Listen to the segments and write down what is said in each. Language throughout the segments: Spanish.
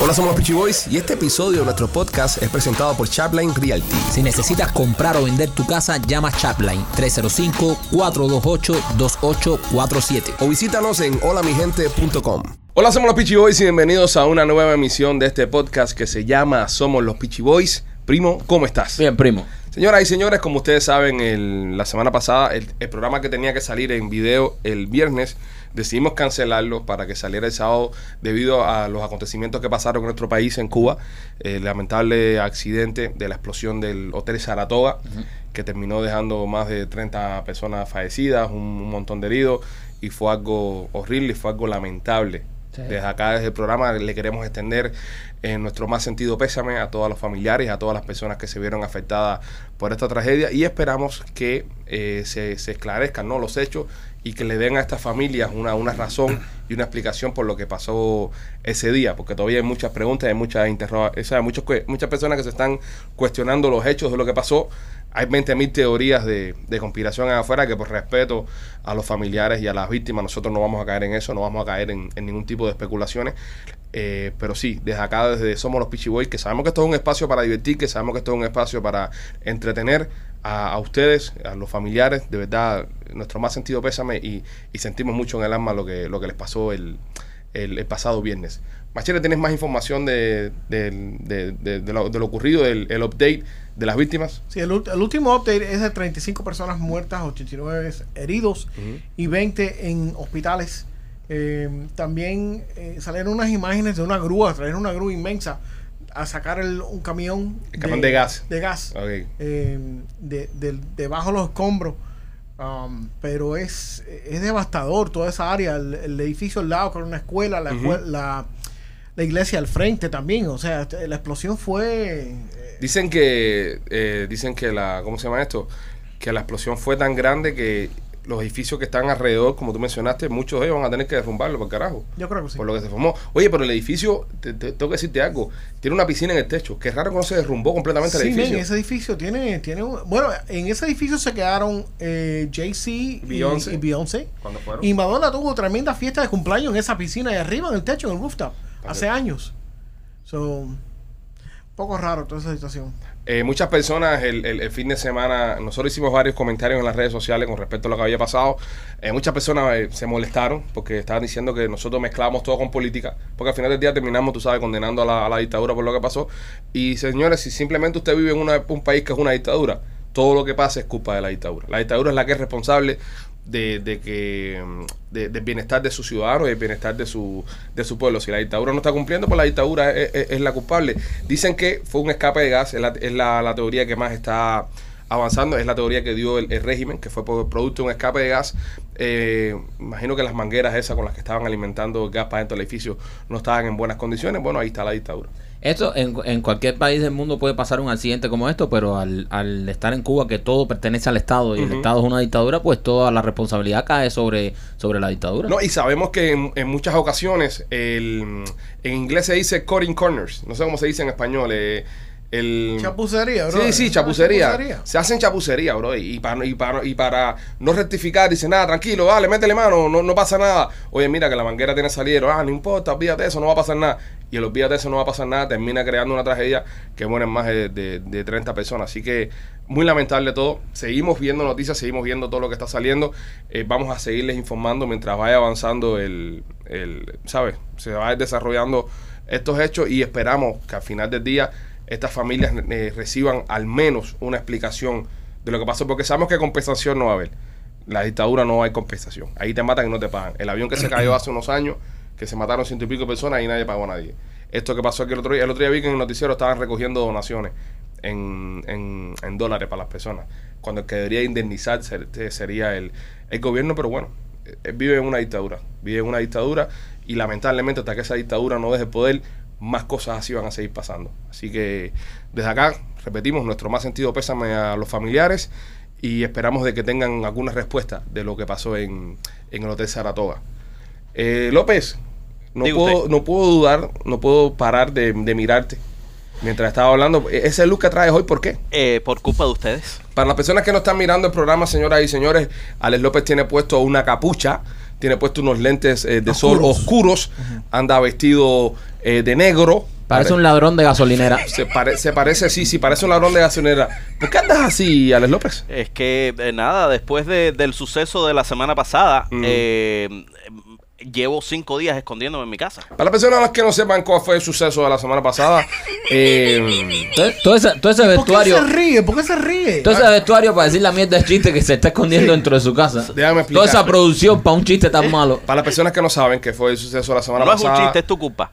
Hola, somos los Peachy Boys y este episodio de nuestro podcast es presentado por Chapline Realty. Si necesitas comprar o vender tu casa, llama Chapline 305-428-2847. O visítanos en holamigente.com. Hola, somos los Peachy Boys y bienvenidos a una nueva emisión de este podcast que se llama Somos los Peachy Boys. Primo, ¿cómo estás? Bien, primo. Señoras y señores, como ustedes saben, el- la semana pasada el, el programa que tenía que salir en video el viernes decidimos cancelarlo para que saliera el sábado debido a los acontecimientos que pasaron en nuestro país, en Cuba. El lamentable accidente de la explosión del Hotel Saratoga, que terminó dejando más de 30 personas fallecidas, un, un montón de heridos, y fue algo horrible, fue algo lamentable. Sí. Desde acá, desde el programa, le queremos extender en nuestro más sentido pésame a todos los familiares, a todas las personas que se vieron afectadas por esta tragedia y esperamos que eh, se, se esclarezcan ¿no? los hechos y que le den a estas familias una, una razón y una explicación por lo que pasó ese día, porque todavía hay muchas preguntas, hay muchas interrogantes, hay muchos que- muchas personas que se están cuestionando los hechos de lo que pasó. Hay 20.000 teorías de, de conspiración allá afuera que por respeto a los familiares y a las víctimas nosotros no vamos a caer en eso, no vamos a caer en, en ningún tipo de especulaciones. Eh, pero sí, desde acá, desde Somos los Pichi Boys, que sabemos que esto es un espacio para divertir, que sabemos que esto es un espacio para entretener a, a ustedes, a los familiares, de verdad, nuestro más sentido pésame y, y sentimos mucho en el alma lo que, lo que les pasó el, el, el pasado viernes. Machere, ¿tienes más información de, del- de- de- de lo, de lo ocurrido, del el update de las víctimas? Sí, el, ult- el último update es de 35 personas muertas, 89 heridos y 20 en hospitales. Eh, también eh, salieron unas imágenes de una grúa, trajeron una grúa inmensa a sacar el- un camión, El camión de gas. de gas, Ok. eh, de- del- debajo de los escombros. Um, pero es, es devastador toda esa área, el, el edificio al lado con una escuela, la, escue- la, la iglesia al frente también. O sea, la explosión fue... eh, Dicen que, eh, dicen que la, ¿cómo se llama esto? Que la explosión fue tan grande que los edificios que están alrededor, como tú mencionaste, muchos de ellos van a tener que derrumbarlo, por carajo. yo creo que sí. Por lo que se formó. Oye, pero el edificio, te- te- tengo que decirte algo, tiene una piscina en el techo. Qué raro que no se derrumbó completamente el Sí, men, edificio. ese edificio tiene, tiene un- bueno, en ese edificio se quedaron eh, Jay-Z y Beyoncé. y Beyoncé. Cuando fueron. Y Madonna tuvo tremenda fiesta de cumpleaños en esa piscina de arriba, en el techo, en el rooftop, Para hace que- años. So, un poco raro toda esa situación. Eh, muchas personas el, el- el fin de semana, nosotros hicimos varios comentarios en las redes sociales con respecto a lo que había pasado. Eh, muchas personas eh, se molestaron porque estaban diciendo que nosotros mezclábamos todo con política, porque al final del día terminamos, tú sabes, condenando a la, a la dictadura por lo que pasó. Y señores, si simplemente usted vive en una- un país que es una dictadura, todo lo que pasa es culpa de la dictadura. La dictadura es la que es responsable de, de que mm, de- del bienestar de sus ciudadanos y el bienestar de su, de su pueblo. Si la dictadura no está cumpliendo, pues la dictadura es, es- es la culpable. Dicen que fue un escape de gas, es la, es la- la teoría que más está avanzando, es la teoría que dio el, el régimen, que fue por producto de un escape de gas. Eh, imagino que las mangueras esas con las que estaban alimentando el gas para dentro del edificio no estaban en buenas condiciones. Bueno, ahí está la dictadura. Esto en, en cualquier país del mundo puede pasar un accidente como esto, pero al, al estar en Cuba, que todo pertenece al Estado y el Ujú. Estado es una dictadura, pues toda la responsabilidad cae sobre, sobre la dictadura. No, y sabemos que en, en muchas ocasiones el, en inglés se dice cutting corners, no sé cómo se dice en español. eh, el, Chapucería, bro. Sí, sí, Ah, chapucería. Se hacen chapucería, bro. Y para, y para, y para no rectificar, dice nada, tranquilo, vale, métele mano, no, no pasa nada. Oye, mira que la manguera tiene salidero, ah, no importa, olvídate de eso, no va a pasar nada. Y el olvídate de eso, no va a pasar nada, termina creando una tragedia que mueren más de, de- de 30 personas. Así que muy lamentable todo. Seguimos viendo noticias, seguimos viendo todo lo que está saliendo. Eh, vamos a seguirles informando mientras vaya avanzando el, el ¿sabes? Se va desarrollando estos hechos y esperamos que al final del día estas familias eh, reciban al menos una explicación de lo que pasó, porque sabemos que compensación no va a haber. La dictadura no hay compensación. Ahí te matan y no te pagan. El avión que se cayó hace unos años, que se mataron ciento y pico de personas y nadie pagó a nadie. Esto que pasó aquí el otro día, el otro día vi que en el noticiero estaban recogiendo donaciones en, en- en dólares para las personas, cuando el que debería indemnizar ser- te- sería el, el gobierno, pero bueno, eh, eh, vive en una dictadura, vive en una dictadura y lamentablemente hasta que esa dictadura no deje el poder, más cosas así van a seguir pasando. Así que desde acá, repetimos, nuestro más sentido pésame a los familiares y esperamos de que tengan alguna respuesta de lo que pasó en, en el Hotel Saratoga. Eh, López, no Diga puedo, usted. no puedo dudar, no puedo parar de, de mirarte mientras estaba hablando. E- Ese look que traes hoy, ¿por qué? Eh, por culpa de ustedes. Para las personas que no están mirando el programa, señoras y señores, Alex López tiene puesto una capucha, tiene puesto unos lentes eh, de sol oscuros, Oscuros. anda vestido eh, de negro. Parece un ladrón de gasolinera. Se, pare- se parece, sí, sí, parece un ladrón de gasolinera. ¿Por qué andas así, Alex López? Es que eh, nada, después de- del suceso de la semana pasada, Ujú. eh, llevo cinco días escondiéndome en mi casa. Para las personas a las que no sepan cuál fue el suceso de la semana pasada, eh, Todo, todo ese, todo ese ¿Por qué vestuario. se ríe? ¿Por qué se ríe? Todo ese vestuario para decir la mierda de chiste que se está escondiendo dentro de su casa. Déjame Toda explicar. esa producción para un chiste tan malo. para las personas que no saben qué fue el suceso de la semana No es un pasada, chiste, es tu culpa.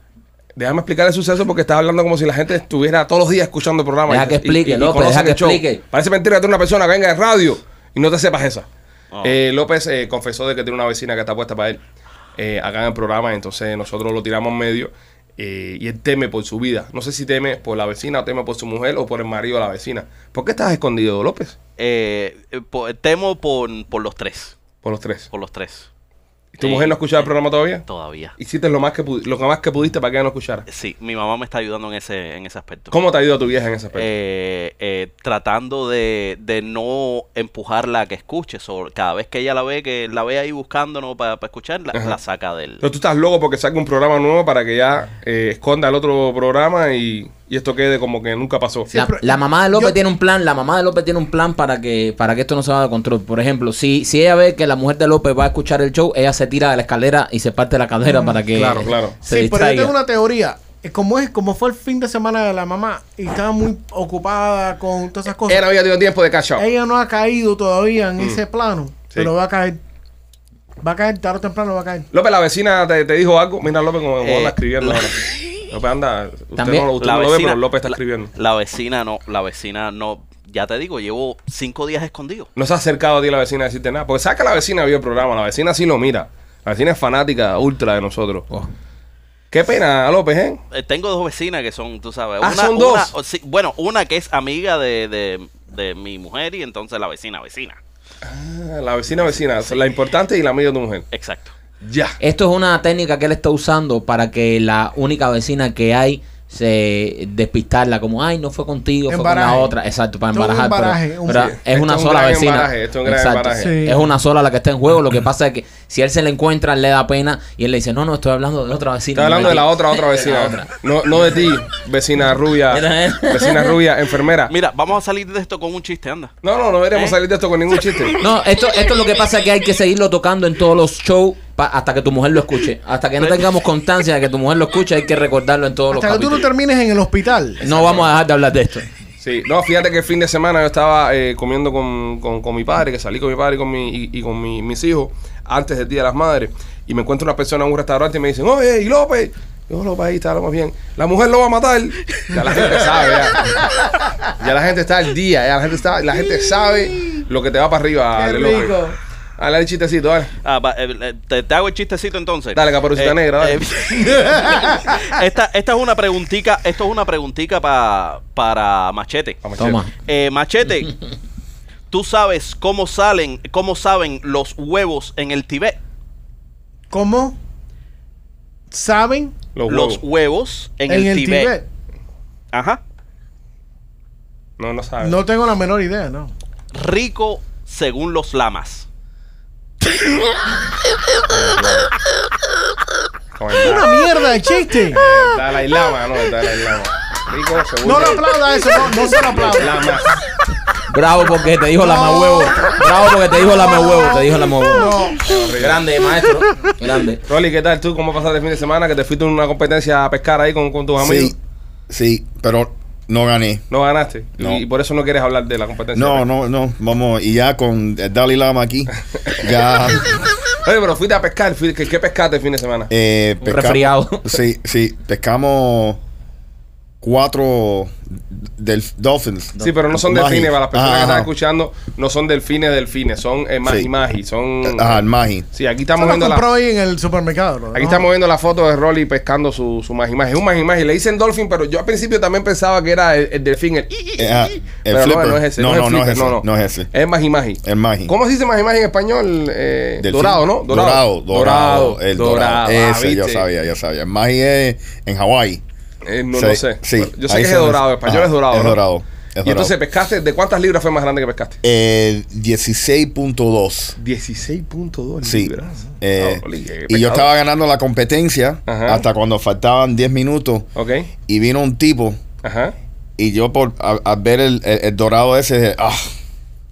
déjame explicar el suceso porque estás hablando como si la gente estuviera todos los días escuchando el programa. Deja que explique, López, conocen deja que el show. explique. Parece mentira que tú eres una persona que venga de radio y no te sepas esa. Oh. Eh, López eh, confesó de que tiene una vecina que está puesta para él eh, acá en el programa, entonces nosotros lo tiramos en medio eh, y él teme por su vida. No sé si teme por la vecina, o teme por su mujer o por el marido de la vecina. ¿Por qué estás escondido, López? Eh, eh, po- temo por, por los tres. Por los tres. Por los tres. ¿Tu Sí. mujer no escuchaba el programa todavía? Todavía. Hiciste lo más que, pudi- lo que más que pudiste para que ella no escuchara. Sí, mi mamá me está ayudando en ese, en ese aspecto. ¿Cómo te ha ido tu vieja en ese aspecto? Eh, eh, tratando de, de no empujarla a que escuche. sobre- cada vez que ella la ve, que la ve ahí buscándonos para escucharla, Ajá. la saca del. Pero tú estás loco porque saque un programa nuevo para que ya eh, esconda el otro programa y, y esto quede como que nunca pasó. Sí, La, pero- la mamá de López yo- tiene un plan, la mamá de López tiene un plan para que, para que esto no se vaya de control. Por ejemplo, si, si ella ve que la mujer de López va a escuchar el show, ella se tira de la escalera y se parte la cadera para que claro, claro. se Mm, Ah, sí, pero yo distraiga. tengo una teoría. Eh, Como, es, como fue el fin de semana de la mamá y estaba muy ocupada con todas esas cosas, Ella no había tenido tiempo de catch up. ella no ha caído todavía Mm. en ese plano, pero va a caer. Va a caer tarde o temprano, va a caer. López, la vecina te, te dijo algo. Mira, López, como Eh, la escribiendo la- ahora. López, anda. Usted También, no, lo- usted la no lo ve, vecina- pero López está la- escribiendo. La vecina no, la vecina no. Ya te digo, llevo cinco días escondido. No se ha acercado a ti la vecina a decirte nada. Porque saca la vecina vio el programa. La vecina sí lo mira. La vecina es fanática ultra de nosotros. Oh. Qué pena, López, ¿eh? Eh, tengo dos vecinas que son, tú sabes. Ah, una, son una- dos. o sí, bueno, una que es amiga de, de- de mi mujer y entonces la vecina, vecina. Ah, La vecina, vecina. La importante y la amiga de tu mujer. Exacto. Ya. Esto es una técnica que él está usando para que la única vecina que hay se despistarla como ay no fue contigo fue Embaraje. con la otra exacto para Todo un embarajar pero- embaraje, un- pero Sí. Esto es una es un sola gran vecina embaraje, esto es un gran embaraje. Sí. es una sola la que está en juego lo que pasa es que si él se la encuentra le da pena y él le dice no no estoy hablando de otra vecina Está hablando de la otra, otra la vecina. otra. No, no de ti, vecina rubia. Era él. Vecina rubia, enfermera. Mira, vamos a salir de esto con un chiste, anda. No, no, no ¿Eh? deberíamos salir de esto con ningún chiste. no esto esto es lo que pasa es que hay que seguirlo tocando en todos los shows pa- hasta que tu mujer lo escuche hasta que no tengamos constancia de que tu mujer lo escuche hay que recordarlo en todos Hasta los que tú no capítulos termines en el hospital. no vamos a dejar de hablar de esto Sí, no, fíjate que el fin de semana yo estaba eh, comiendo con, con- con mi padre, que salí con mi padre y con, mi, y, y con mi- mis hijos antes del Día de las Madres. Y me encuentro una persona en un restaurante y me dicen, oye, ¿y López? Yo, López, ahí está lo más bien. La mujer lo va a matar. Ya la gente sabe, ya. Ya la gente está al día, ya la gente, está, la gente sabe lo que te va para arriba. Qué Ale López. rico. Dale el chistecito, dale. Ah, va, eh, eh, te, te hago el chistecito entonces. Eh, Dale, Caperucita Negra, dale. esta, esta es una preguntica, esto es una preguntica pa- para Machete. Vamos, Toma. chef. Eh, machete, ¿tú sabes cómo salen, cómo saben los huevos en el Tibet? ¿Cómo saben Los, los huevos. huevos en, el, Tibet. Ajá. No, no sabes. No tengo la menor idea, no. Rico según los lamas. Con Es Ah. el una Dalai- mierda de chiste. Dalai Lama, no, el Dalai Lama. Rico, seguro. No lo aplauda eso, no, no se lo Los aplauda. lamas. Bravo porque te dijo la más huevo. Bravo porque te dijo la más huevo. Te dijo la más huevo. Grande, maestro. Grande. Rolly, ¿qué tal tú? ¿Cómo pasaste el fin de semana? Que te fuiste a una competencia a pescar ahí con, con tus amigos. Sí, sí, pero no gané. No ganaste. No. Y, y por eso no quieres hablar de la competencia. No, no, no, vamos, y ya con el Dalai Lama aquí, ya Oye, pero fuiste a pescar. fui- ¿Qué, qué pescaste el fin de semana? eh, Un resfriado. Sí, sí, pescamos cuatro del, dolphins. Sí, pero no son Mahi. delfines. Para las personas Ajá, que están ajá. escuchando, no son delfines, delfines. Son eh, magi, Sí. magi. Son... Ajá, el Mahi. Sí, aquí Eso estamos lo viendo la... compró hoy en el supermercado. bro, Aquí ¿no? estamos viendo la foto de Rolly pescando su, su majimaje. Es un majimaje. Le dicen dolphin, pero yo al principio también pensaba que era el, el delfín. El, Eh, ajá, el pero no, flipper. no es ese. No, no, no flipper, es ese, no es ese. Es majimaji. El Mahi. ¿Cómo se dice majimaji en español? Eh, Delfín. dorado, ¿no? Dorado, dorado. Dorado. el dorado. Ah, Ese, yo ¿viste? sabía, yo sabía. El Mahi es en Hawái. Eh, no, Sí, no sé. sí, Yo sé ahí que es se dorado. nos- En español ajá, es dorado. Es ¿no? dorado. Y entonces pescaste, ¿de cuántas libras fue más grande que pescaste? Eh, 16.2. 16.2 Sí. libras. Eh, Ah, oye, y yo pescado. estaba ganando la competencia Ajá. hasta cuando faltaban 10 minutos Ok. y vino un tipo Ajá. y yo por a- al ver el, el- el dorado ese, dije, ah,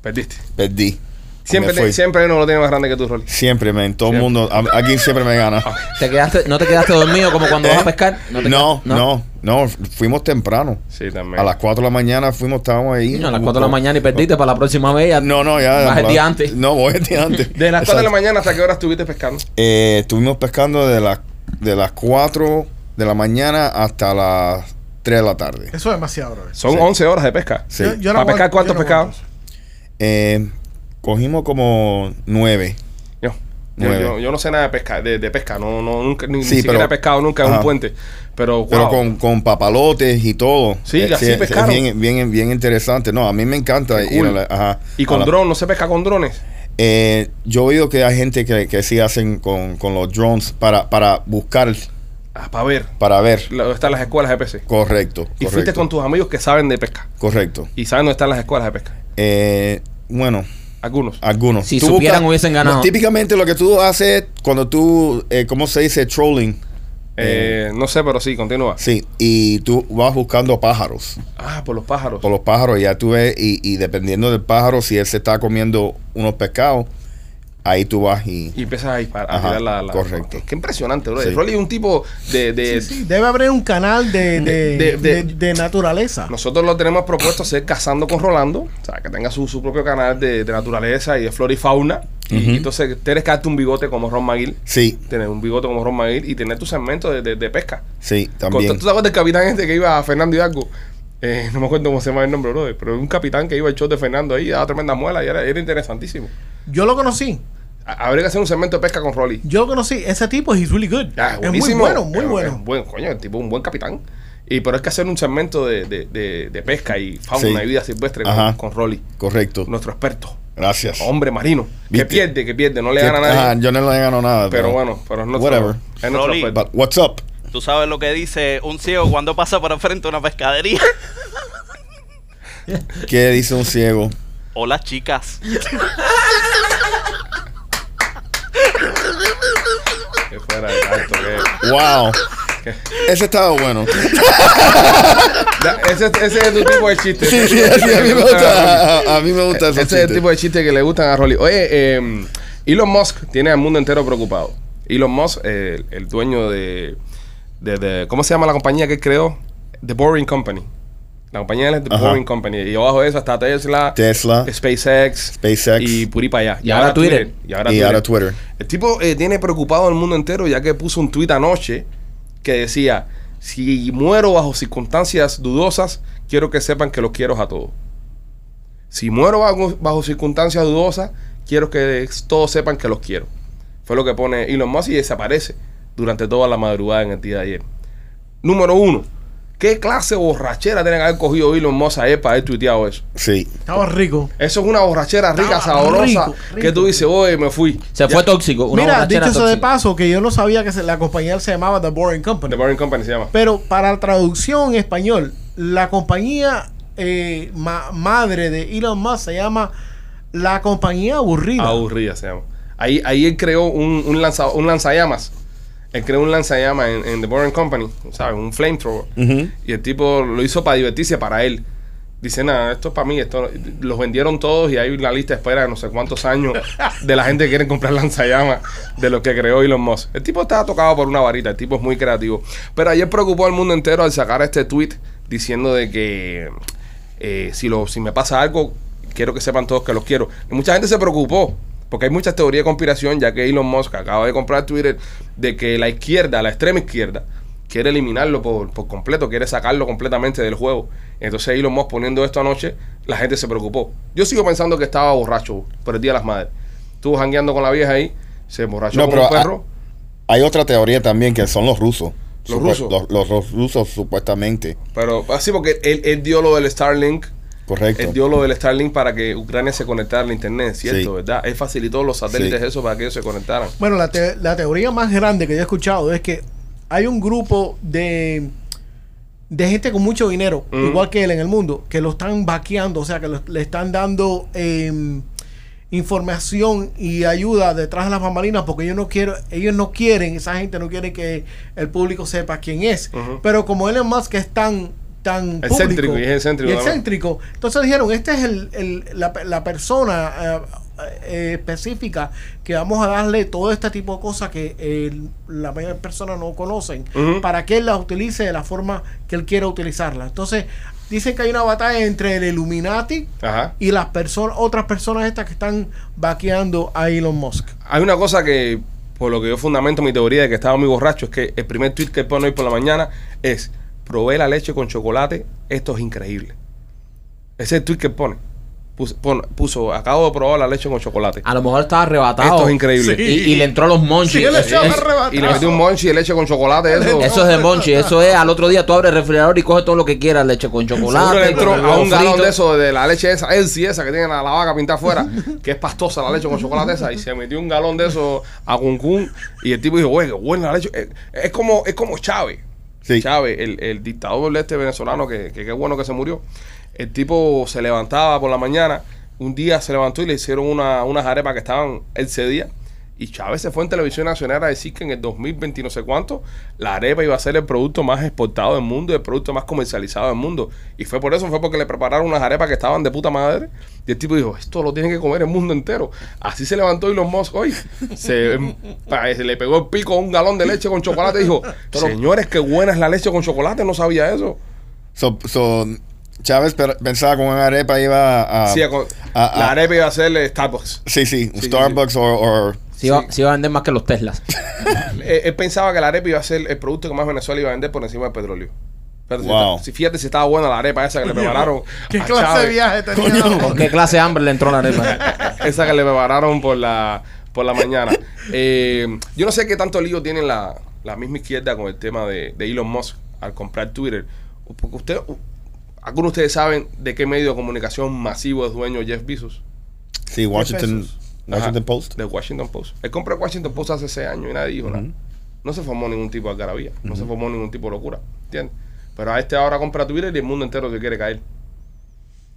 Perdiste. perdí. Siempre, Me fui. te- siempre uno lo tiene más grande que tú, Rolly. Siempre, man. Todo el Siempre. mundo, a- alguien siempre me gana. ¿Te quedaste, ¿No te quedaste dormido como cuando vas a pescar? te No, quedaste- no, no, fuimos temprano. Sí, también. A las 4 de la mañana fuimos, estábamos ahí. Coño, a las 4 de la mañana y perdiste para la próxima vez. ya- No, no, ya. Vas el la- día antes. No, voy el día antes. De las 4 de la Exacto. mañana hasta qué hora estuviste pescando. Eh, estuvimos pescando de, las de las 4 de la mañana hasta las 3 de la tarde. Eso es demasiado, bro. Son 11 horas de pesca. Sí. ¿Para aguanto- pescar cuántos yo no pescados? aguanto Eh, cogimos como 9. Yo, yo, Nueve. yo- yo no sé nada de pesca, de, de pesca. No, no, nunca, ni, ni Sí, siquiera pero- he pescado nunca en un Ajá. puente. Pero, Pero wow. con, con papalotes y todo. Sí, Eh, así es- es pescaron. bien, bien, bien interesante. No, a mí me encanta Qué ir cool. a la- ajá, y con a la- dron, no se pesca con drones. Eh, yo he oído que hay gente que, que sí hacen con, con los drones para, para buscar, Ah, para ver. para ver. la- Dónde están las escuelas de PC. Correcto. Y correcto, fuiste con tus amigos que saben de pesca. Correcto. Y saben dónde están las escuelas de pesca. Eh, bueno, Algunos. algunos. Si Tú supieran, hubiesen ganado. típicamente lo que tú haces cuando tú, eh, ¿cómo se dice? Trolling. Eh, no sé, pero sí, continúa. Sí, y tú vas buscando pájaros. Ah, por los pájaros. Por los pájaros, ya tú ves, y, y dependiendo del pájaro, si él se está comiendo unos pescados, ahí tú vas y... Y empiezas a disparar, a Ajá, tirar la, la- correcto. Qué impresionante, bro. Sí. Rolly es un tipo de. de- eso. Sí, sí, debe haber un canal de, de, Eh, De- de- de- de naturaleza. Nosotros lo tenemos propuesto hacer Cazando con Rolando, o sea, que tenga su, su propio canal de, de naturaleza y de flora y fauna. Y- Ujú. Y entonces tienes que darte un bigote como Ron McGill, Sí, tener un bigote como Ron McGill y tener tu segmento de, de- de pesca. sí, Con- también. ¿Tú te acuerdas del capitán este que iba a Fernando Hidalgo? Eh, no me acuerdo cómo se llama el nombre, bro, pero un capitán que iba al show de Fernando ahí, daba tremenda muela y era, era interesantísimo. Yo lo conocí. Ha- Habría que hacer un segmento de pesca con Rolly. Yo lo conocí. Ese tipo he's really good. Ah, es muy buenísimo. bueno, muy Es- bueno. es buen, coño, el tipo es un buen capitán. Y pero es que hacer un segmento de, de- de- de pesca y fauna Sí. y vida silvestre con- Ajá. con Rolly, Correcto. nuestro experto, Gracias. hombre marino, que Viste. pierde, que pierde, no le Que- gana a nadie. ajá, yo no le gano nada. pero bueno, pero es nuestro, Whatever. es nuestro Rolly. experto. But what's up? Tú sabes lo que dice un ciego cuando pasa por frente a una pescadería. ¿Qué dice un ciego? Hola, chicas. Que fuera de tanto, que- Wow. Ese estaba bueno. Ya, ese, ese es tu tipo de chiste. Sí, sí, Ese sí, a mí me gusta. A mí me gusta Ese es esos el chistes. tipo de chiste que le gustan a Rolly. Oye, eh, Elon Musk tiene al mundo entero preocupado. Elon Musk, eh, el, el dueño de, de- de- ¿Cómo se llama la compañía que él creó? The Boring Company. La compañía de él es The Ajá. Boring Company. Y abajo de eso está Tesla, Tesla SpaceX, SpaceX. y por ahí para allá. Y ahora Twitter. Y ahora y Twitter. ahora Twitter. El tipo eh, tiene preocupado al mundo entero ya que puso un tuit anoche que decía, si muero bajo circunstancias dudosas, quiero que sepan que los quiero a todos. Si muero bajo, bajo circunstancias dudosas, quiero que todos sepan que los quiero. Fue lo que pone Elon Musk y desaparece durante toda la madrugada en el día de ayer. Número uno, ¿qué clase de borrachera tiene que haber cogido Elon Musk ayer para haber tuiteado eso? Sí. Estaba rico. Eso es una borrachera rica, Estaba sabrosa, rico, que tú rico. dices, oye, me fui. Se fue tóxico. Una Mira, borrachera dicho eso de tóxica. paso, que yo no sabía que se- la compañía se llamaba The Boring Company. The Boring Company se llama. Pero para la traducción en español, la compañía eh, ma- madre de Elon Musk se llama la compañía aburrida. Aburrida se llama. Ahí, ahí él creó un, un, lanza- un lanzallamas. Él creó un lanzallamas en, en The Boring Company, ¿sabes? Un flamethrower. Ujú. Y el tipo lo hizo para divertirse, para él. Dice, nada, esto es para mí. Esto... Los vendieron todos y hay una lista de espera de no sé cuántos años de la gente que quiere comprar lanzallamas de lo que creó Elon Musk. El tipo estaba tocado por una varita, el tipo es muy creativo. Pero ayer preocupó al mundo entero al sacar este tweet diciendo de que eh, si, lo, si me pasa algo, quiero que sepan todos que los quiero. Y mucha gente se preocupó. Porque hay muchas teorías de conspiración, ya que Elon Musk acaba de comprar Twitter, de que la izquierda, la extrema izquierda, quiere eliminarlo por, por completo, quiere sacarlo completamente del juego. Entonces Elon Musk poniendo esto anoche, la gente se preocupó. Yo sigo pensando que estaba borracho por el Día de las Madres. Estuvo jangueando con la vieja ahí, se emborrachó No, como pero un perro. Hay otra teoría también que son los rusos. ¿Los Supue- rusos? Los, los- los rusos supuestamente. Pero así porque él, él dio lo del Starlink. Correcto. Él dio lo del Starlink para que Ucrania se conectara al Internet, ¿cierto? Sí. ¿Verdad? Él facilitó los satélites Sí. eso para que ellos se conectaran. Bueno, la, te- la teoría más grande que yo he escuchado es que hay un grupo de, de gente con mucho dinero, Ujú. igual que él en el mundo, que lo están vaqueando, o sea, que lo- le están dando eh, información y ayuda detrás de las bambalinas, porque ellos no, quiero, ellos no quieren, esa gente no quiere que el público sepa quién es. Ujú. Pero como Elon Musk es tan... tan público Excéntrico, y es excéntrico, y además. excéntrico, entonces dijeron, esta es el, el- la, la persona... eh, eh, específica que vamos a darle todo este tipo de cosas que eh, la mayoría de personas no conocen Ujú. para que él las utilice de la forma que él quiera utilizarla. Entonces, dicen que hay una batalla entre el Illuminati Ajá. y las personas, otras personas estas que están vaqueando a Elon Musk. Hay una cosa que, por lo que yo fundamento mi teoría de que estaba muy borracho, es que el primer tweet que pone hoy por la mañana es: probé la leche con chocolate, esto es increíble. Ese es el tweet que pone. Puso, pon- puso, acabo de probar la leche con chocolate. A lo mejor estaba arrebatado. Esto es increíble. Y, y le entró los monchis. Sí, él estaba Ah, Es- arrebatado. Y le metió un monchi de leche con chocolate. Eso, eso es de monchi. Eso es al otro día tú abres el refrigerador y coges todo lo que quieras, leche con Seguro chocolate. le entró con a un huevo galón frito. de eso, de la leche esa, Elsie esa que tiene la, la vaca pintada afuera, que es pastosa la leche con chocolate esa, y se metió un galón de eso a Cuncún. Y el tipo dijo, güey, qué buena la leche. Es, es como, es como Chávez. Sí. Chávez, el, el dictador este venezolano, que, que qué bueno que se murió. El tipo se levantaba por la mañana, un día se levantó y le hicieron una, unas arepas que estaban el día. Y Chávez se fue en televisión nacional a decir que en el 2020 y no sé cuánto, la arepa iba a ser el producto más exportado del mundo y el producto más comercializado del mundo. Y fue por eso, fue porque le prepararon unas arepas que estaban de puta madre. Y el tipo dijo, esto lo tiene que comer el mundo entero. Así se levantó Elon Musk hoy. Se, em, pa- se le pegó el pico a un galón de leche con chocolate y dijo, señores, qué buena es la leche con chocolate, no sabía eso. So, so, Chávez per- pensaba con una arepa iba Ah, a. Sí, con- a- a- la arepa iba a ser eh, Starbucks. Sí, sí, sí, Starbucks o. Se iba, se iba a vender más que los Teslas. Él, él pensaba que la arepa iba a ser el producto que más Venezuela iba a vender por encima del petróleo. Pero si Wow. está- si, fíjate si estaba buena la arepa esa que le prepararon. ¿Qué a clase Ah, Chávez. de viaje tenía? ¿Con qué clase de hambre le entró la arepa? Esa que le prepararon por la, por la mañana. Eh, yo no sé qué tanto lío tiene la, la misma izquierda con el tema de, de Elon Musk al comprar Twitter. Porque usted, algunos de ustedes saben de qué medio de comunicación masivo es dueño Jeff Bezos. Sí, Washington, pesos. Washington Ajá, Post. Del Washington Post. Él compró el Washington Post hace seis años y nadie dijo nada. Ujú. No se formó ningún tipo de algarabía. No se formó ningún tipo de locura. ¿Entiendes? Pero a este ahora compra Twitter y el mundo entero se quiere caer.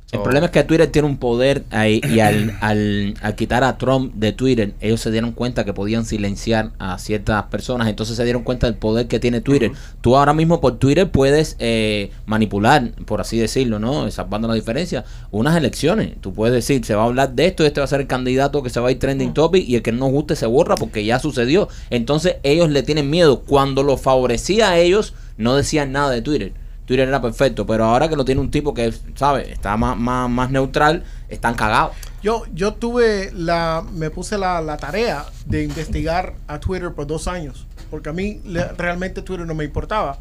El problema es que Twitter tiene un poder ahí y al, al, al quitar a Trump de Twitter, ellos se dieron cuenta que podían silenciar a ciertas personas, entonces se dieron cuenta del poder que tiene Twitter. Tú ahora mismo por Twitter puedes eh, manipular, por así decirlo, ¿no? Salvando la diferencia, unas elecciones. Tú puedes decir, se va a hablar de esto, este va a ser el candidato que se va a ir trending topic y el que no guste se borra porque ya sucedió. Entonces ellos le tienen miedo. Cuando lo favorecía a ellos, no decían nada de Twitter. Twitter era perfecto, pero ahora que lo tiene un tipo que, ¿sabes? Está más, más, más neutral, están cagados. Yo, yo tuve la, me puse la, la tarea de investigar a Twitter por dos años, porque a mí le- realmente Twitter no me importaba,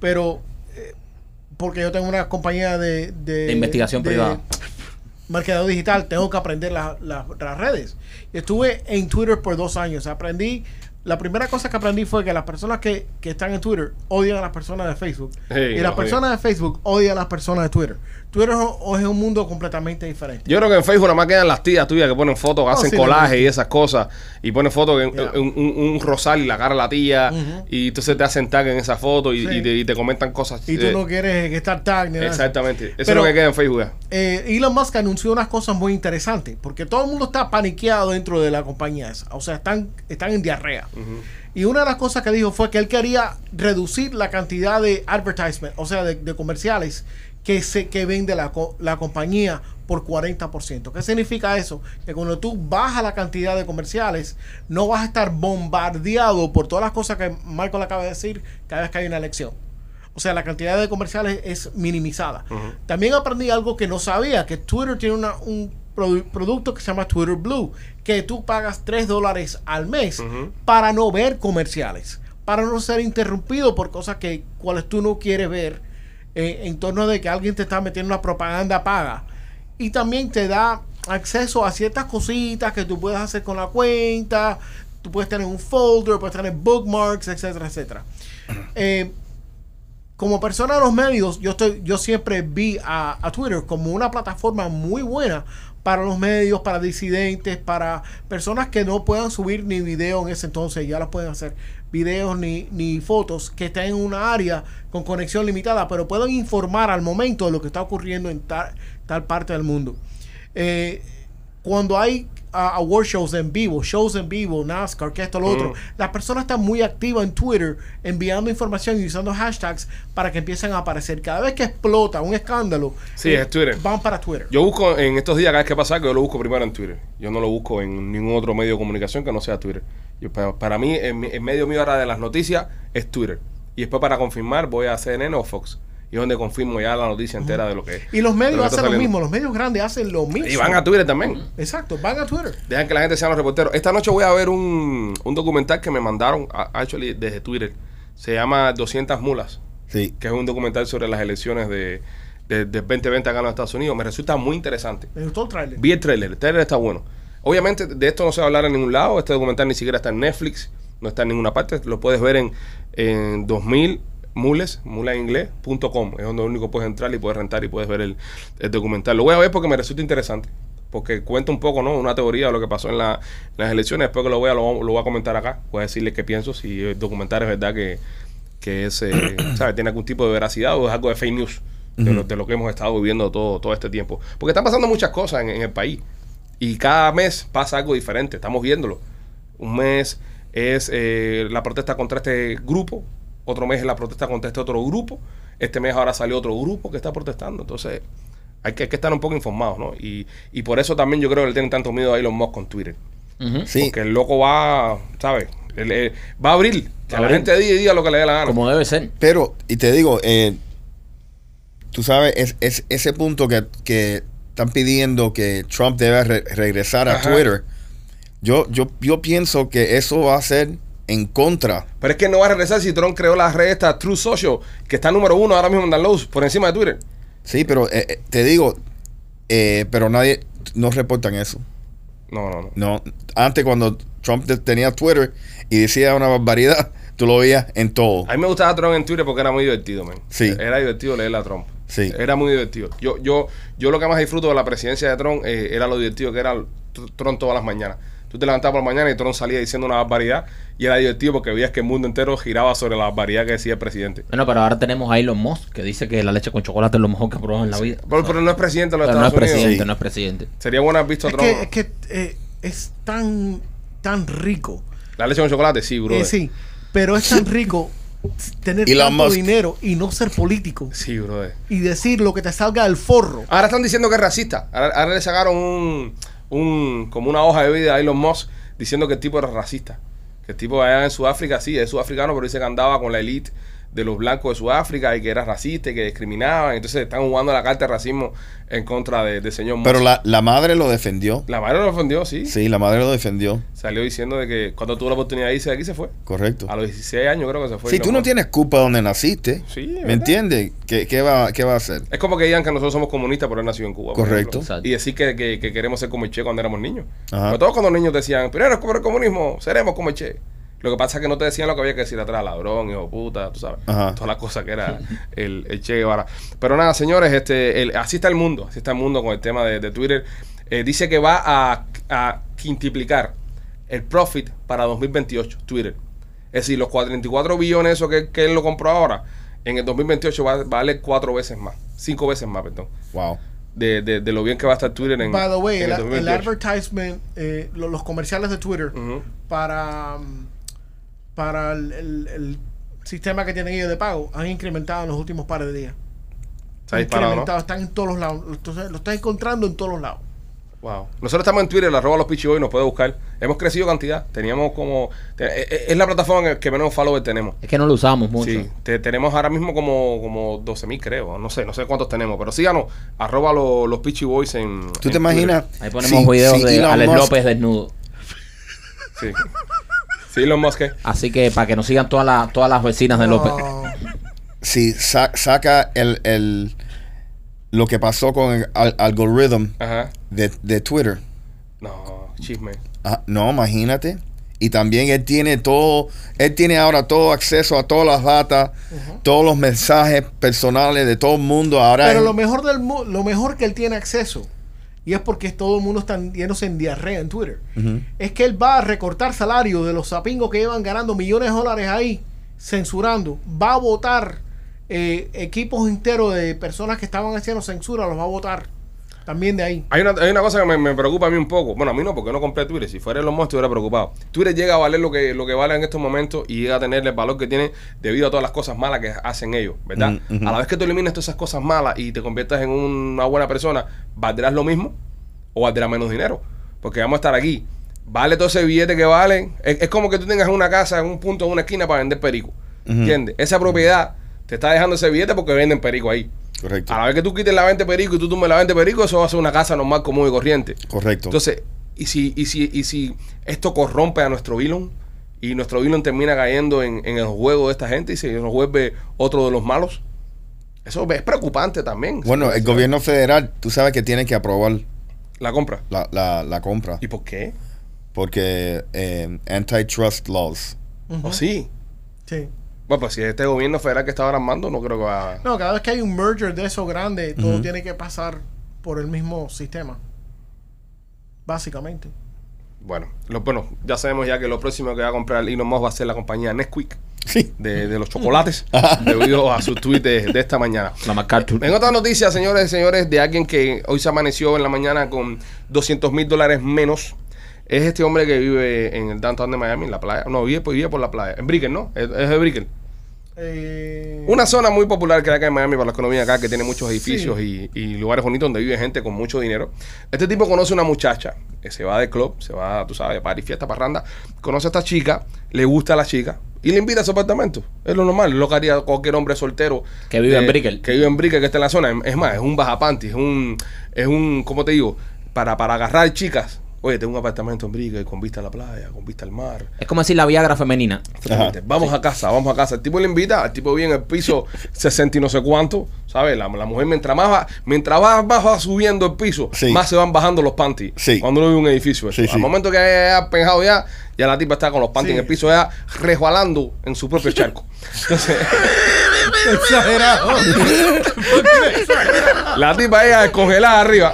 pero eh, porque yo tengo una compañía de, de, De investigación de privada. Mercadeo digital, tengo que aprender la- la- las redes. Y estuve en Twitter por dos años, aprendí, la primera cosa que aprendí fue que las personas que, que están en Twitter odian a las personas de Facebook Sí, y los las odian. personas de Facebook odian a las personas de Twitter. Twitter es un- es un mundo completamente diferente. Yo creo que en Facebook nada más quedan las tías tuyas que ponen fotos, hacen sí, colaje también. y esas cosas. Y ponen fotos en Ya. en un, un rosal y la cara de la tía. Ujú. Y entonces te hacen tag en esa foto y, Sí. y te, y te comentan cosas. Y tú eh, no quieres estar tag ni nada. Exactamente. Eso es Pero- lo que queda en Facebook. ya. Eh, Elon Musk anunció unas cosas muy interesantes, porque todo el mundo está paniqueado dentro de la compañía esa. O sea, están, están en diarrea. Y una de las cosas que dijo fue que él quería reducir la cantidad de advertisement, o sea, de, de comerciales que, se, que vende la, co- la compañía por 40%. ¿Qué significa eso? Que cuando tú bajas la cantidad de comerciales, no vas a estar bombardeado por todas las cosas que Michael acaba de decir cada vez que hay una elección. O sea, la cantidad de comerciales es minimizada. También aprendí algo que no sabía, que Twitter tiene una- un produ- producto que se llama Twitter Blue, que tú pagas 3 dólares al mes para no ver comerciales, para no ser interrumpido por cosas que cuales tú no quieres ver eh, en torno de que alguien te está metiendo una propaganda paga. Y también te da acceso a ciertas cositas que tú puedes hacer con la cuenta, tú puedes tener un folder, puedes tener bookmarks, etcétera, etcétera. Eh, como persona de los medios, yo estoy, yo siempre vi a, a Twitter como una plataforma muy buena para los medios, para disidentes, para personas que no puedan subir ni video en ese entonces, ya las pueden hacer videos ni, ni fotos, que estén en una área con conexión limitada, pero puedan informar al momento de lo que está ocurriendo en tal, tal parte del mundo. Eh, cuando hay a award shows en vivo, shows en vivo, NASCAR, que esto, lo otro. Las personas están muy activas en Twitter enviando información y usando hashtags para que empiecen a aparecer. Cada vez que explota un escándalo, eh, Sí, es Twitter. van para Twitter. Yo busco en estos días, cada vez que pasa algo, yo lo busco primero en Twitter. Yo no lo busco en ningún otro medio de comunicación que no sea Twitter. Yo, para, para mí, el, mi- el medio mío ahora de las noticias es Twitter. Y después para confirmar voy a CNN o Fox. Y es donde confirmo ya la noticia entera de lo que es. y los medios de que está hacen lo saliendo. mismo, los medios grandes hacen lo mismo. Y van a Twitter también. Exacto, van a Twitter. Dejan que la gente sean los reporteros. Esta noche voy a ver un, un documental que me mandaron, a- actually, desde Twitter. Se llama 200 mulas. Sí. que es un documental sobre las elecciones de, de, del 2020 acá en los Estados Unidos. Me resulta muy interesante. Me gustó el trailer. Vi el trailer, el trailer está bueno. Obviamente de esto no se va a hablar en ningún lado, este documental ni siquiera está en Netflix, no está en ninguna parte, lo puedes ver en, en 2000 mules, mula en inglés, punto com. es donde único puedes entrar y puedes rentar y puedes ver el, el documental. Lo voy a ver porque me resulta interesante, porque cuenta un poco, ¿no? Una teoría de lo que pasó en, la- en las elecciones, después que lo vea lo, lo voy a comentar acá, voy a decirles qué pienso, si el documental es verdad que, que es, eh, ¿sabes? Tiene algún tipo de veracidad o es algo de fake news de, lo, de lo que hemos estado viviendo todo, todo este tiempo. Porque están pasando muchas cosas en, en el país y cada mes pasa algo diferente, estamos viéndolo. Un mes es eh, la protesta contra este grupo, otro mes es la protesta contra este otro grupo, este mes ahora salió otro grupo que está protestando, entonces hay que, hay que estar un poco informados, ¿no? Y, y por eso también yo creo que le tienen tanto miedo a Elon Musk con Twitter. Ujú. Sí. Porque el loco va, ¿sabes? Él, eh, va a abrir. Que Va a la abrir. gente diga, y diga lo que le dé la gana. Como debe ser. Pero, y te digo, eh, tú sabes, es, es- ese punto que, que están pidiendo que Trump debe re- regresar a Ajá. Twitter, yo, yo, yo pienso que eso va a ser en contra. Pero es que no va a regresar si Trump creó la red esta True Social, que está número uno ahora mismo en downloads, por encima de Twitter. Sí, pero eh, eh, te digo, eh, pero nadie, no reportan eso. No, no, no. No, antes cuando Trump te- tenía Twitter y decía una barbaridad, tú lo veías en todo. A mí me gustaba Trump en Twitter porque era muy divertido, man. Sí. Era divertido leer a Trump. Sí. Era muy divertido. Yo, yo, yo lo que más disfruto de la presidencia de Trump eh, era lo divertido que era tr- Trump todas las mañanas. Tú te levantabas por la mañana y Trump salía diciendo una barbaridad y era divertido porque veías que el mundo entero giraba sobre la barbaridad que decía el presidente. Bueno, pero ahora tenemos a Elon Musk que dice que la leche con chocolate es lo mejor que ha probado en la vida. Pero, pero no es presidente de los Pero no es Estados Unidos. presidente, Sí. no es presidente. Sería bueno haber visto a Es Trump. que, es, que, eh, es tan, tan rico. La leche con chocolate, sí, bro. Eh, sí, pero es tan rico tener Elon tanto Musk. dinero y no ser político Sí, brother. y decir lo que te salga del forro. Ahora están diciendo que es racista. Ahora, ahora le sacaron un, un- como una hoja de vida a Elon Musk diciendo que el tipo era racista. Que el tipo allá en Sudáfrica, sí, es sudafricano, pero dice que andaba con la elite de los blancos de Sudáfrica y que era racista y que discriminaban. Entonces están jugando la carta de racismo en contra de- del señor Musk. Pero la, la madre lo defendió. la madre lo ofendió, sí. Sí, la madre lo defendió. Salió diciendo de que cuando tuvo la oportunidad de irse de aquí se fue. Correcto. A los 16 años creo que se fue. Si Elon tú no Musk. tienes culpa donde naciste, Sí, ¿verdad? ¿me entiendes? ¿Qué, qué va, ¿Qué va a hacer? Es como que digan que nosotros somos comunistas, pero él nació en Cuba. por Correcto. ejemplo. Y decir que, que- que queremos ser como el Che cuando éramos niños. Ajá. Pero todos cuando niños decían, primero por el comunismo, seremos como el Che. Lo que pasa es que no te decían lo que había que decir atrás, ladrón, hijo de puta, tú sabes. Ajá. Todas las cosas que era el, el Che Guevara. Pero nada, señores, este, el- así está el mundo. Así está el mundo con el tema de, de Twitter. Eh, dice que va a, a quintiplicar el profit para 2028, Twitter. Es decir, los 44 billones, eso que, que él lo compró ahora, en el 2028 va, va a valer cuatro veces más, cinco veces más, perdón, Wow. de, de- de lo bien que va a estar Twitter en, By the way, en el, el el 2028. advertisement, eh, lo- los comerciales de Twitter Ujú. para, mm, para el, el- el sistema que tienen ellos de pago han incrementado en los últimos par de días. Está Han disparado, ¿no? incrementado, están en todos los lados. Entonces, lo estás encontrando en todos los lados. Wow. Nosotros estamos en Twitter, la arroba los pichos hoy, nos puede buscar. Hemos crecido cantidad. Teníamos como. te- e- e- es la plataforma en que menos followers tenemos. Es que no lo usamos mucho. Sí, te- tenemos ahora mismo como, como 12 mil, creo. No sé, no sé cuántos tenemos, pero síganos. Arroba lo- los Pichi Boys en. ¿Tú en te imaginas? Ahí ponemos videos de Elon Alex Musk- López desnudo. Twitter. Sí. Sí, los Mosque. Así que para que nos sigan todas las todas las vecinas de López. Oh, Si sa- saca el, el- lo que pasó con el al- algoritmo Ajá. de, de Twitter. No, chisme. Ah, no, imagínate. Y también él tiene todo, él tiene ahora todo acceso a todas las datas, todos los mensajes personales de todo el mundo. Ahora Pero él- lo mejor, del mu- lo mejor que él tiene acceso, y es porque todo el mundo está yéndose en diarrea en Twitter, Ujú. es que él va a recortar salario de los sapingos que llevan ganando millones de dólares ahí, censurando. Va a votar eh, equipos enteros de personas que estaban haciendo censura, los va a votar también de ahí. Hay una, hay una cosa que me, me preocupa a mí un poco. Bueno, a mí no, porque no compré Twitter. Si fuera los monstruos, estuviera preocupado. Twitter llega a valer lo que, lo que vale en estos momentos y llega a tener el valor que tiene debido a todas las cosas malas que hacen ellos, ¿verdad? Mm, ujú. A la vez que tú eliminas todas esas cosas malas y te conviertas en una buena persona, ¿valdrás lo mismo o valdrás menos dinero? Porque vamos a estar aquí. Vale todo ese billete que vale. Es, es como que tú tengas una casa en un punto, en una esquina para vender perico. ¿Entiendes? Esa propiedad te está dejando ese billete porque venden perico ahí. Correcto. A la vez que tú quites la 20 perico y tú tumbes la 20 perico, eso va a ser una casa normal, común y corriente. Correcto. Entonces, ¿y si, y si, y si esto corrompe a nuestro Elon? Y nuestro Elon termina cayendo en, en el juego de esta gente y se nos vuelve otro de los malos. Eso es preocupante también. bueno, el gobierno federal, tú sabes que tiene que aprobar La compra. la, la- la compra. ¿Y por qué? Porque eh, antitrust laws. ¿O Oh, sí? Sí. Bueno, pues si este gobierno federal que está ahora armando, no creo que va... No, cada vez que hay un merger de eso grande, todo tiene que pasar por el mismo sistema. Básicamente. Bueno, lo- bueno, ya sabemos ya que lo próximo que va a comprar Elon Musk va a ser la compañía Nesquik. Sí. De, de los chocolates, debido a su tweet de- de esta mañana. La MacArthur. En otras noticias, señores y señores, de alguien que hoy se amaneció en la mañana con 200 mil dólares menos. Es este hombre que vive en el downtown de Miami, en la playa. No, vive, por- vive por la playa. En Brickell, ¿no? Es, es de Brickell. Eh, Una zona muy popular que hay acá en Miami para la economía acá, que tiene muchos edificios y, y lugares bonitos donde vive gente con mucho dinero. Este tipo conoce a una muchacha. eh, Se va de club, se va, tú sabes, de party, fiesta, parranda. Conoce a esta chica, le gusta a la chica y le invita a su apartamento. Es lo normal, es lo que haría cualquier hombre soltero. Que vive de- en Brickell. Que vive en Brickell, que está en la zona. Es más, es un bajapanti, es un, es un, ¿cómo te digo? Para, para agarrar chicas. Oye, tengo un apartamento en Brickell con vista a la playa, con vista al mar. Es como decir la Viagra femenina. Exactamente. Vamos a casa, vamos a casa. El tipo le invita, el tipo vive en el piso 60 y no sé cuánto, ¿sabes? La, la mujer mientras más va, mientras va, más va subiendo el piso, Sí. más se van bajando los panties. Sí. Cuando uno vive en un edificio, eso. Sí, sí. Al momento que haya penjado ya, ya la tipa está con los panties Sí. en el piso ya resbalando en su propio charco. Entonces, Exagerado. la tipa ella descongelada arriba.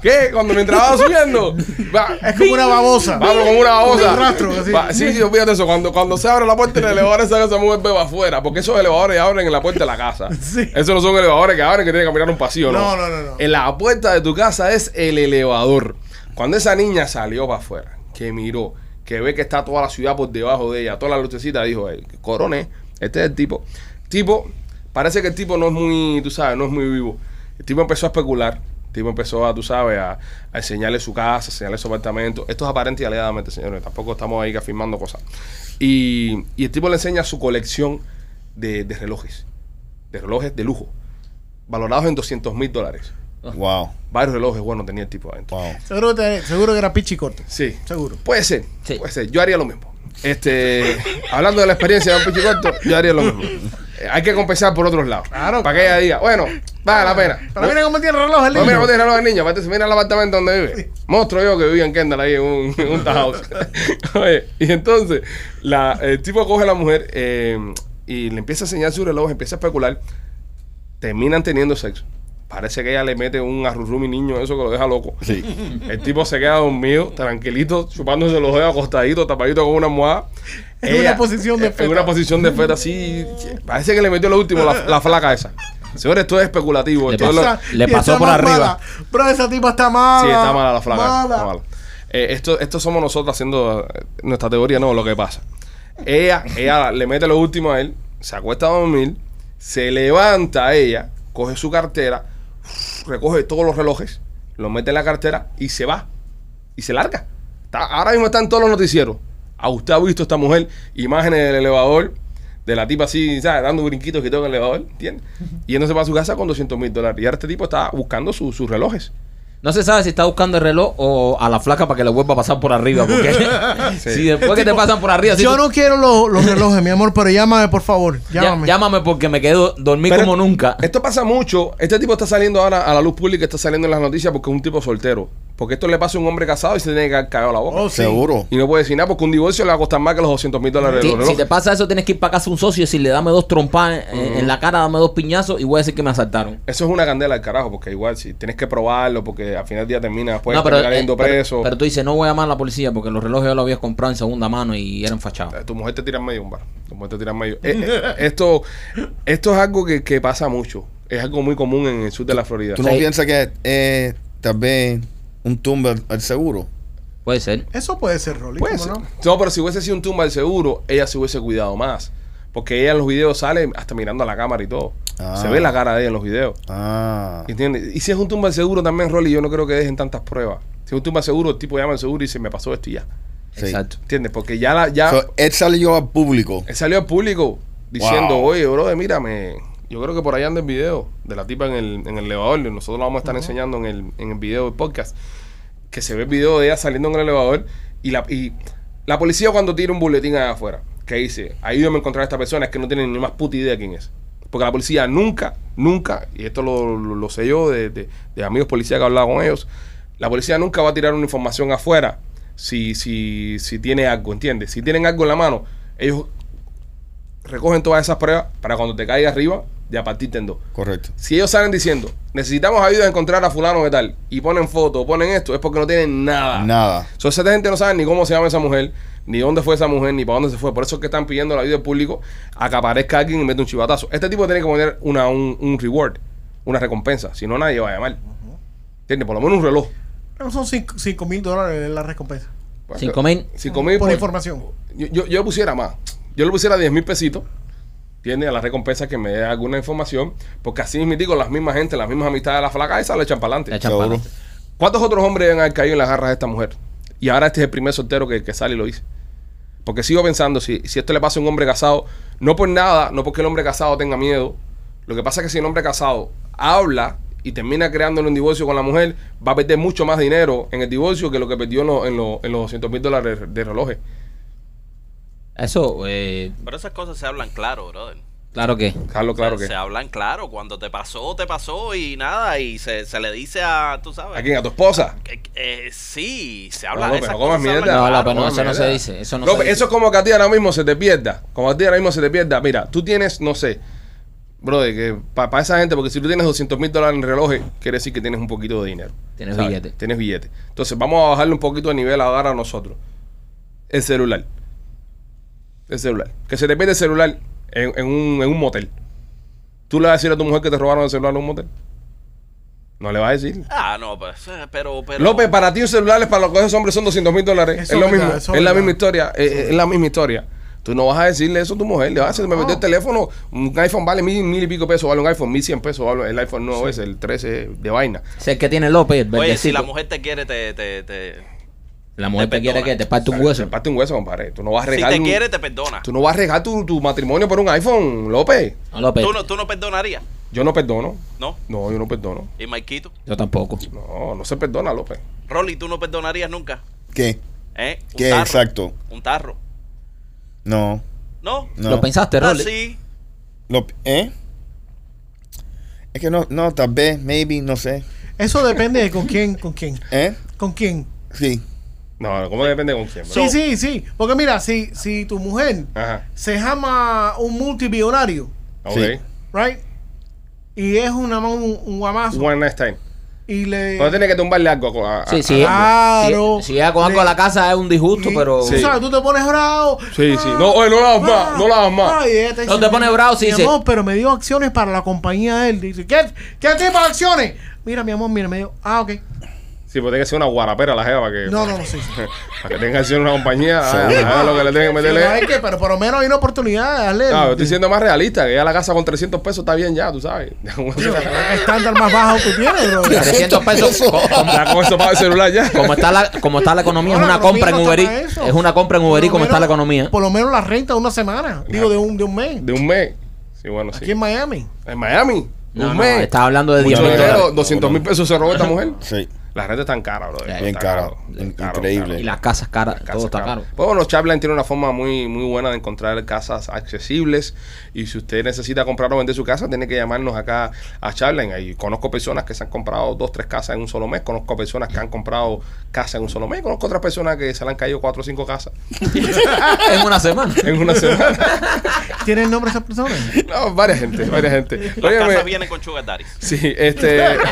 ¿Qué? Cuando mientras va subiendo, va, es como una babosa. Vamos con una babosa. Un rastro, así. Va- sí, sí, olvídate eso. Cuando, cuando se abre la puerta del elevador, esa que se mueve va afuera. Porque esos elevadores abren en la puerta de la casa. Sí. Esos no son elevadores que abren que tienen que mirar un pasillo, ¿no? No, no, no, no. En la puerta de tu casa es el elevador. Cuando esa niña salió para afuera, que miró, que ve que está toda la ciudad por debajo de ella, toda la lucecita, dijo, "Ey, coroné, este es el tipo. Tipo, parece que el tipo no es muy, tú sabes, no es muy vivo. El tipo empezó a especular. El tipo empezó a, tú sabes, a, a enseñarle su casa, a enseñarle su apartamento. Esto es aparente y alegadamente, señores. Tampoco estamos ahí que afirmando cosas. Y, y el tipo le enseña su colección de, de relojes. De relojes de lujo. Valorados en 200 mil dólares. Wow. Varios relojes bueno tenía el tipo adentro. Wow. Seguro, que te- seguro que era pichi corto. Sí. Seguro. Puede ser. Sí. Puede ser. Yo haría lo mismo. Este, hablando de la experiencia de un pichicorto, yo haría lo mismo. Eh, Hay que compensar por otros lados. Claro, Para que ella diga, bueno, vale la pena. Pero mira cómo tiene el reloj el No, mira, niño. vos tenés reloj de niño, aparte, mira el apartamento donde vive. Monstruo yo que vivía en Kendall ahí en un, en un townhouse. Oye, y entonces, la, el tipo coge a la mujer eh, y le empieza a enseñar su reloj, empieza a especular. Terminan teniendo sexo. Parece que ella le mete un arrurrumi niño, eso que lo deja loco. Sí. El tipo se queda dormido, tranquilito, chupándose los dedos, acostadito, tapadito con una almohada. eh, En una posición de en feta. una posición de feta, así. Parece que le metió lo último, la, la flaca esa. Señores, esto es especulativo. Le esto es pasa- lo- Le y pasó está por más arriba. mala. Bro, esa tipa está mala. Sí, está mala la flaca. Mala. está mala. Eh, esto, esto somos nosotros haciendo eh, nuestra teoría, no, lo que pasa. Ella, ella le mete lo último a él, se acuesta a dormir, se levanta ella, coge su cartera, recoge todos los relojes, los mete en la cartera y se va. Y se larga. Está- ahora mismo están todos los noticieros. A usted ha visto esta mujer, imágenes del elevador, de la tipa así, ¿sabes? Dando brinquitos que todo en el elevador, ¿entiendes? Yéndose para su casa con 200 mil dólares. Y ahora este tipo está buscando su- sus relojes. No se sabe si está buscando el reloj o a la flaca para que le vuelva a pasar por arriba. Porque si después que te pasan por arriba, si Yo tú- no quiero los, los relojes, mi amor, pero llámame, por favor. Ya- Llámame. porque me quedo dormí Pero como nunca. Este Esto pasa mucho. Este tipo está saliendo ahora a la luz pública, está saliendo en las noticias porque es un tipo soltero. Porque esto le pasa a un hombre casado y se tiene que caer cagado la boca. Oh, sí. Seguro. Y no puede decir nada porque un divorcio le va a costar más que los 200 mil dólares. Ti- del reloj. si te pasa eso, tienes que ir para casa a un socio y decirle, dame dos trompas en, en la cara, dame dos piñazos y voy a decir que me asaltaron. Eso es una candela al carajo, porque igual si tienes que probarlo, porque al final del día termina después No, no, pero, eh, yendo pero- preso. pero tú dices, no voy a llamar a la policía porque los relojes yo los había comprado en segunda mano y eran fachados. Eh, Tu mujer te tira en medio un bar. Tu mujer te tira en medio. Eh, eh, esto, esto es algo que, que pasa mucho. Es algo muy común en el sur de la Florida. ¿Tú no Sí. piensas que eh, tal vez un tumbe al, al seguro? Puede ser. Eso puede ser, Rolly. Puede ¿cómo ser. no? No, pero si hubiese sido un tumba al seguro, ella se hubiese cuidado más. Porque ella en los videos sale hasta mirando a la cámara y todo. Ah. Se ve la cara de ella en los videos. Ah. ¿Entiendes? Y si es un tumba al seguro también, Rolly, yo no creo que dejen tantas pruebas. Si es un tumba al seguro, el tipo llama al seguro y dice, me pasó esto y ya. Sí. Exacto. ¿Entiendes? Porque ya la, ya So, él salió al público. él salió al público diciendo, Wow. oye, brother, mírame. Yo creo que por ahí anda el video de la tipa en el, en el elevador. y Nosotros lo vamos a estar enseñando en el, en el video del podcast. Que se ve el video de ella saliendo en el elevador. Y la, y la policía cuando tira un boletín allá afuera, que dice, ayúdame a encontrar a esta persona, es que no tienen ni más puta idea quién es. Porque la policía nunca, nunca, y esto lo, lo- lo sé yo de, de- de amigos policías que he hablado con ellos, la policía nunca va a tirar una información afuera si, si, si tiene algo, ¿entiendes? Si tienen algo en la mano, ellos recogen todas esas pruebas para cuando te caiga arriba, ya partirte en dos. Correcto. Si ellos salen diciendo, necesitamos ayuda a encontrar a fulano de tal, y ponen foto, ponen esto, es porque no tienen nada. Nada. So, esa gente no sabe ni cómo se llama esa mujer, ni dónde fue esa mujer, ni para dónde se fue. Por eso es que están pidiendo la ayuda del público a que aparezca alguien y mete un chivatazo. Este tipo tiene que poner una, un, un reward, una recompensa. Si no, nadie va a llamar. ¿Entiendes? Por lo menos un reloj. Pero son 5 mil dólares la recompensa. Cinco mil. Cinco mil por, por- información. yo, yo, yo pusiera más. Yo le pusiera 10 mil pesitos. Tiene a la recompensa que me dé alguna información. Porque así mismo digo, las mismas gente, las mismas amistades de la flaca esa le echan para La adelante. champana. Seguro. ¿Cuántos otros hombres deben haber caído en las garras de esta mujer? Y ahora este es el primer soltero que, que sale y lo hizo. Porque sigo pensando, si, si esto le pasa a un hombre casado, no por nada, no porque el hombre casado tenga miedo. Lo que pasa es que si el hombre casado habla y termina creándole un divorcio con la mujer, va a perder mucho más dinero en el divorcio que lo que perdió en, lo- en lo- en los 200 mil dólares de relojes. Eso, eh, Pero esas cosas se hablan claro, brother. claro que. Carlos, claro se, que. se hablan claro. Cuando te pasó, te pasó y nada. Y se, se le dice a, tú sabes. ¿A quién? ¿A tu esposa? Eh, eh, sí, se No, habla López, esas no comas cosas se hablan mierda. No, claro. López, no, comas eso no se mierda. dice, eso no López, se dice. eso es como que a ti ahora mismo se te pierda. Como a ti ahora mismo se te pierda. Mira, tú tienes, no sé, brother, que para esa gente, porque si tú tienes 200 mil dólares en relojes, quiere decir que tienes un poquito de dinero. Tienes ¿sabes? billete. Tienes billete. Entonces, vamos a bajarle un poquito de nivel ahora a nosotros. El celular. El celular. Que se te pierde el celular en, en un, en un motel. ¿Tú le vas a decir a tu mujer que te robaron el celular en un motel? No le vas a decir. Ah, no, pues, eh, pero, pero. López, para ti un celular es para los que esos hombres son 200 mil dólares. Eso es lo es verdad, mismo. eso Es es la verdad. misma historia. eh, eh, Es la misma historia. Tú no vas a decirle eso a tu mujer. Le vas a decir, me metió el teléfono. Un iPhone vale mil, mil y pico pesos. Vale un iPhone mil cien pesos. Vale el iPhone nuevo es el 13 de vaina. Si el que tiene López, el Oye, si verdecito. la mujer eh. te quiere, te. te, te- La mujer te te quiere perdona. que te parte un hueso. Parte un hueso, compadre. Tú no vas a Si regar. te un- quiere, te perdona. Tú no vas a regar tu, tu matrimonio por un iPhone, López. No, López. Tú no, tú no perdonarías, Yo no perdono. ¿no? No, yo no perdono. Y Maikito. Yo tampoco. No, no se perdona, López. Rolly, tú no perdonarías nunca. ¿Qué? ¿Eh? Un ¿Qué? tarro. Exacto. Un tarro. No. ¿No? No. ¿Lo pensaste, Ah, Rolly? sí. Lo- ¿Eh? Es que no, no, tal vez, maybe, no sé. Eso depende de con quién, con quién, ¿Eh? con quién. Sí. No, ¿cómo depende con quién? bro? Sí, sí, sí. Porque mira, si, si tu mujer Ajá. se llama un multimillonario, Ok. Sí. right? Y es una, ma- un, un guamazo. One night time. Y le. Pero tiene que tumbarle algo a- a- Sí, a- sí. Claro. Si, si llega con algo a la casa es un disgusto, y- pero. Tú sabes, tú te pones bravo. Ah, Sí, sí. No, oye, no la hagas más, no la hagas más. No te pones bravo, sí, este Mi sí. amor, pero me dio acciones para la compañía de él. Dice, ¿qué, ¿qué tipo de acciones? Mira, mi amor, mira, me dio. Ah, ok. Sí, pues tiene que ser una guarapera la jeva para que, No, no, no, sí. sí. para que tenga que ser una compañía. a- Seguro. a- a Ah, lo que le tengan que Pero, hay meterle. Ah, que- pero por lo menos hay una oportunidad de darle. el- No, yo estoy siendo más realista, que ya la casa con 300 pesos está bien ya, tú sabes. Ya con eso, el estándar más bajo que tiene, bro. 300 pesos. co- como, ya con eso paga el celular ya. como está la, como está la economía, es No, la una compra en economía no Uber está para Eats. eso. Es una compra en Por Uber lo Eats, como está la menos- economía. Por lo menos la renta de una semana. Digo, de un, de un mes. De un mes. Sí, bueno, sí. Aquí en Miami. En Miami. No, un no, mes. estaba hablando de Mucho 10 mil dinero, dólares. 200 mil pesos se robó esta mujer. Sí. La renta está cara, bro. Sí. Está Bien cara. In- increíble. Y las casas caras, Las casas todo está caras. caro. Pues bueno, Chapline tiene una forma muy, muy buena de encontrar casas accesibles. Y si usted necesita comprar o vender su casa, tiene que llamarnos acá a Chapline. Ahí conozco personas que se han comprado dos, tres casas en un solo mes. Conozco personas que han comprado casas en un solo mes. Conozco otras personas que se le han caído cuatro o cinco casas en una semana. en una semana. ¿Tiene el nombre de esa persona? No, varias gente, varias gente. Las Óyeme, casas vienen con sugar daddies. Sí, este.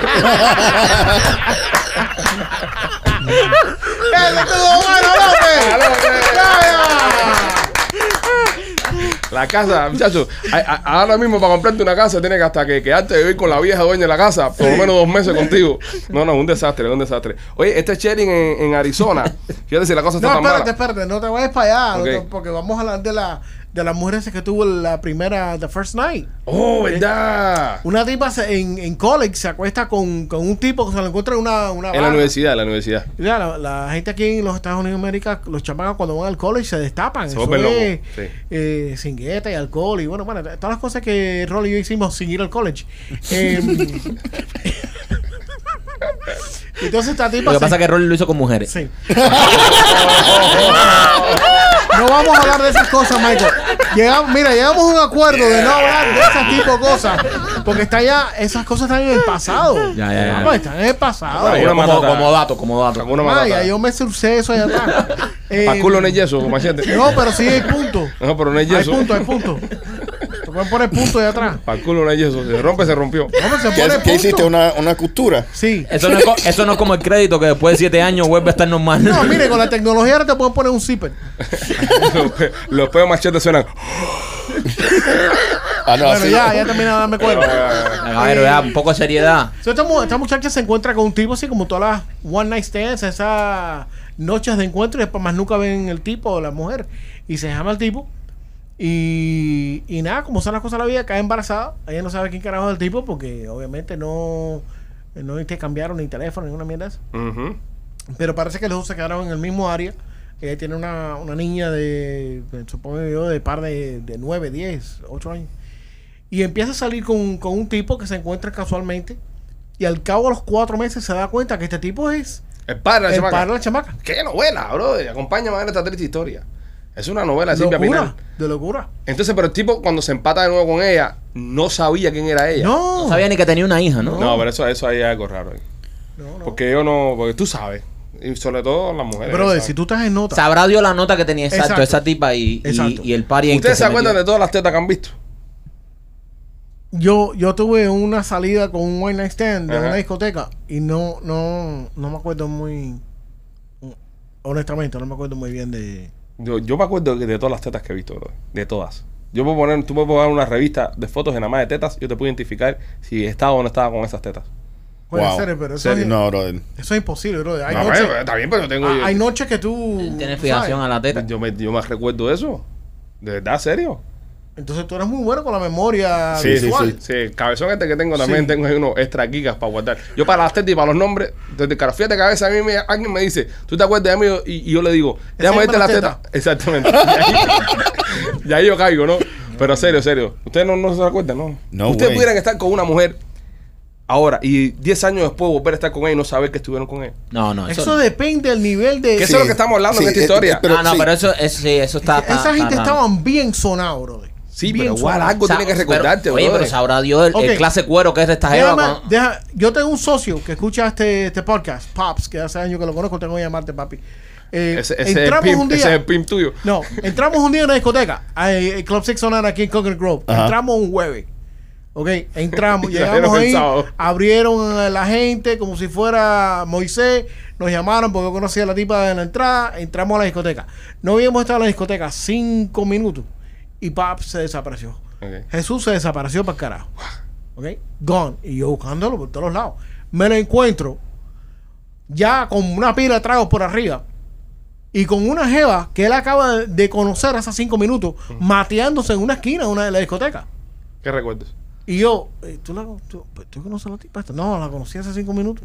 La casa, muchachos, a- a- ahora mismo para comprarte una casa tienes que hasta que quedarte a vivir con la vieja dueña de la casa, por lo menos dos meses contigo. No, no, es un desastre, es un desastre. Oye, este sharing en, en Arizona, fíjate si la cosa está No, tan espérate, mala. espérate, no te vayas para allá, no Ok. te- porque vamos a hablar de la de las mujeres que tuvo la primera, the first night. Oh, verdad. Una tipa se- en, en college se acuesta con, con un tipo que se lo encuentra en una, una En la barra. universidad, en la universidad. Mira, la, la gente aquí en los Estados Unidos de América, los chamacos cuando van al college se destapan. Se Eso vuelven es, locos, sí. eh, cingueta y alcohol y bueno, bueno, todas las cosas que Rolly y yo hicimos sin ir al college. Em, entonces esta tipa Lo que se- pasa es que Rolly lo hizo con mujeres. Sí. No vamos a hablar de esas cosas, Michael. Llegamos, mira, llegamos a un acuerdo de no hablar de esas tipo de cosas. Porque está ya, esas cosas están en el pasado. Ya, ya, ya. Vamos, están en el pasado. Ay, Como, una como- matata. como dato, como dato. Alguna Vaya, matata. yo me surcé eso allá atrás. Eh, Pa' culo no hay yeso, machete. No, pero sí hay punto. No, pero no hay Hay yeso. punto, hay punto. Te pueden poner punto allá atrás. Para el culo no hay yeso. Si se rompe, se rompió. Hombre, se ¿Qué, pone qué punto. hiciste? ¿Una, una costura? Sí. Eso no, es co- eso no es como el crédito que después de siete años vuelve a estar normal. No, mire, con la tecnología ahora te pueden poner un zipper. Los pe- Los peos machetes suenan. Ah, no, Bueno, así. ya, ya terminé de darme cuenta. A ver, ya, un poco de seriedad. So, esta, mu- esta muchacha se encuentra con un tipo así como todas las one night stands, esas noches de encuentro y después más nunca ven el tipo o la mujer. Y se llama el tipo. Y, y nada, como son las cosas de la vida, cae embarazada. Ella no sabe quién carajo es el tipo porque obviamente no, no intercambiaron ni teléfono ni una mierda. de esa. Ujú. Pero parece que los dos se quedaron en el mismo área. Ella tiene una, una niña de, de- supongo yo, de par de, de 9, 10, 8 años. Y empieza a salir con, con un tipo que se encuentra casualmente. Y al cabo de los cuatro meses se da cuenta que este tipo es El padre de el la chamaca. padre de la chamaca. Qué novela, bro. Acompáñame a ver esta triste historia. Es una novela de Silvia locura, Pinal. de locura. Entonces, pero el tipo, cuando se empata de nuevo con ella, no sabía quién era ella. No, No sabía ni que tenía una hija, ¿no? No, pero eso, eso ahí es algo raro. ahí. no, no. Porque yo no. Porque tú sabes. Y sobre todo las mujeres. Brother, ¿sabes? si tú estás en nota, Sabrá Dios la nota que tenía exacto, Exacto. esa tipa y, y- Exacto. y el pari en que Ustedes se acuerdan metió. de todas las tetas que han visto. yo, yo tuve una salida con un one night stand de Ajá. una discoteca y no, no, no me acuerdo muy, honestamente, no me acuerdo muy bien de... Yo, yo me acuerdo de todas las tetas que he visto, bro. De todas. Yo puedo poner, tú puedes poner una revista de fotos de nada más de tetas. Yo te puedo identificar si estaba o no estaba con esas tetas. Puede Wow. ser, pero eso, Serio, es, No, brother. eso es imposible, bro. Hay, No, noches, pero está bien, pero yo tengo. ah, yo- hay noches que tú. Tiene ¿sabes? fijación a la teta. Yo, me, yo más recuerdo eso. ¿De verdad, serio? Entonces tú eres muy bueno con la memoria Sí, sí, visual. sí. Sí, el cabezón este que tengo también Sí. tengo ahí unos extra gigas para guardar. Yo para las tetas y para los nombres, desde carafías de cabeza, a mí me, alguien me dice, ¿tú te acuerdas de mí? Y, y yo le digo, déjame verte llama las la tetas. Exactamente. Y ahí, y ahí yo caigo, ¿no? Pero serio, serio. Ustedes no, no se acuerdan, ¿no? Mm. No Ustedes way. pudieran estar con una mujer ahora y 10 años después volver a estar con ella y no saber que estuvieron con ella. No, no, eso, Eso depende del nivel de. Que eso es lo que estamos hablando en esta eh, historia. eh, pero ah, no, sí. pero eso, eso, sí, eso está... está- Esa gente está- estaban bien sonados, bro. Sí, Bien pero igual suave. algo Sa- tiene que pero- recordarte, Oye, brother. pero sabrá Dios el, el Ok. clase cuero que es de esta jeva. Déjame- cuando- deja- yo tengo un socio que escucha este, este podcast, Pops, que hace años que lo conozco, tengo que llamarte, papi. Eh, Ese, ese es el entramos pimp- un día. ese es el pimp tuyo. No, entramos un día en una discoteca, al al Club Six Sonar aquí en Coconut Grove. Ajá. Entramos un jueves. Ok, entramos, Y salieron llegamos el ahí, sábado. abrieron a la gente como si fuera Moisés, nos llamaron porque yo conocía a la tipa de la entrada, entramos a la discoteca. No habíamos estado en la discoteca cinco minutos y Pap se desapareció. Ok. Jesús se desapareció para el carajo. ¿Ok? Gone. Y yo buscándolo por todos lados. Me lo encuentro ya con una pila de tragos por arriba y con una jeva que él acaba de- de conocer hace cinco minutos, mateándose en una esquina de una de la discoteca. ¿Qué recuerdos? Y yo, eh, ¿tú, la, tú, pues, ¿tú conoces a la tipa esta? No, la conocí hace cinco minutos.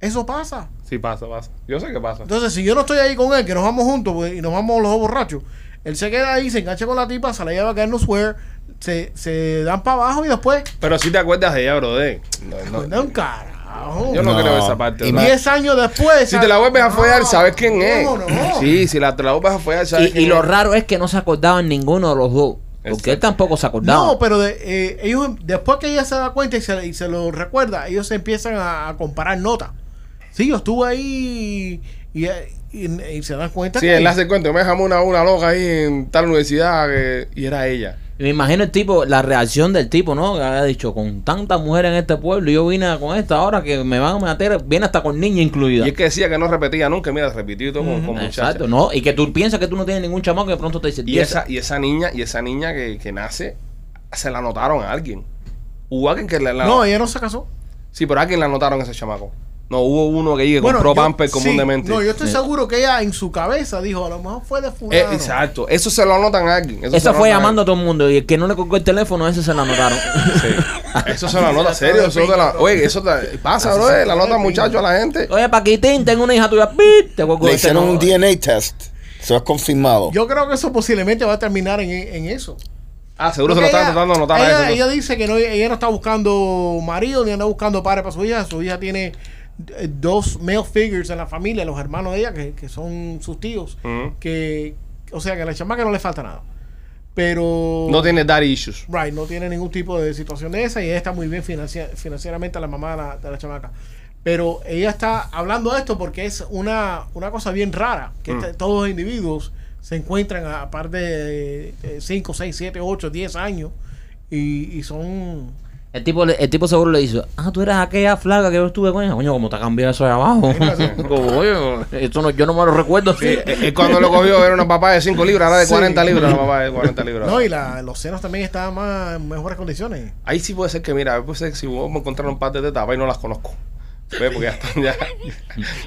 Eso pasa. Sí, pasa, pasa. Yo sé que pasa. Entonces, si yo no estoy ahí con él, que nos vamos juntos pues, y nos vamos los dos borrachos, él se queda ahí, se engancha con la tipa, se la lleva a caer no swear, se, se dan para abajo y después Pero si te acuerdas de ella, brother. No, no. Pues, da un carajo. carajo. Yo no, No. creo esa parte. Y bro. más- Diez años después. Si te la vuelves a No, follar, sabes quién es. ¿cómo no? Sí, si la, te la vuelves a follar, sabes Y, quién y lo es. raro es que no se acordaban ninguno de los dos. Porque Exacto. él tampoco se acordaba. No, pero de- eh, ellos después que ella se da cuenta y se, y se lo recuerda, ellos se empiezan a, a comparar notas. Sí, yo estuve ahí y, y- y se dan cuenta Sí, que él hace cuenta. Me dejamos una, una loca ahí en tal universidad que- y era ella. Y Me imagino el tipo, la reacción del tipo, ¿no? Que había dicho, con tanta mujer en este pueblo, yo vine con esta ahora que me van a meter, viene hasta con niña incluida. Y es que decía que no repetía nunca. Mira, repitió todo con, con muchachas. Exacto, ¿no? Y que tú piensas que tú no tienes ningún chamaco que de pronto te dice, Y "Diez". esa, y esa niña, y esa niña que, que nace, se la notaron a alguien. Hubo alguien que la, la- No, ella no se casó. Sí, pero a alguien la notaron a ese chamaco. No, hubo uno que, ahí que compró yo- Pamper sí, comúnmente. no, yo estoy Sí. seguro que ella en su cabeza dijo, a lo mejor fue de Eh, fulano. exacto. Eso se lo anotan a alguien. Eso se Esa lo fue anotan llamando a todo el mundo y el que no le colgó el teléfono, ese se la anotaron. alguien. Sí. Eso se lo anota serio. Eso te la, oye, eso te, pasa, bro. eh, La anota muchacho a la gente. Oye, Paquitín, tengo una hija tuya, ¡pip! te colgó Le el hicieron un teléfono. DNA test. Se ha confirmado. Yo creo que eso posiblemente va a terminar en, en eso. Ah, seguro se Porque lo están ella- tratando de anotar ella, a ella eso. dice que no, ella no está buscando marido ni anda buscando padre para su hija. Su hija tiene eh, dos male figures en la familia, los hermanos de ella, que, que son sus tíos. Ujú. que O sea, que a la chamaca no le falta nada. Pero... No tiene daddy issues. Right, no tiene ningún tipo de situación de esa y ella está muy bien financia- financieramente a la mamá de la, de la chamaca. Pero ella está hablando de esto porque es una, una cosa bien rara, Mm. que este- todos los individuos se encuentran a, a par de 5, 6, 7, 8, 10 años y, y son... El tipo, le- el tipo seguro le dice, ah, tú eras aquella flaca que yo estuve con ella. Coño, ¿cómo te ha cambiado eso de abajo? Como, "Oye, esto no, yo no me lo recuerdo. Sí, eh, eh, cuando lo cogió era una papá de 5 libras, ahora de Sí. 40 libras, una papá de 40 libras. No, y la- los senos también están más, en mejores condiciones. Ahí sí puede ser que, mira, puede ser que si vamos a encontrar un par de tetas, va y no las conozco. ¿Ves? Porque ya están ya.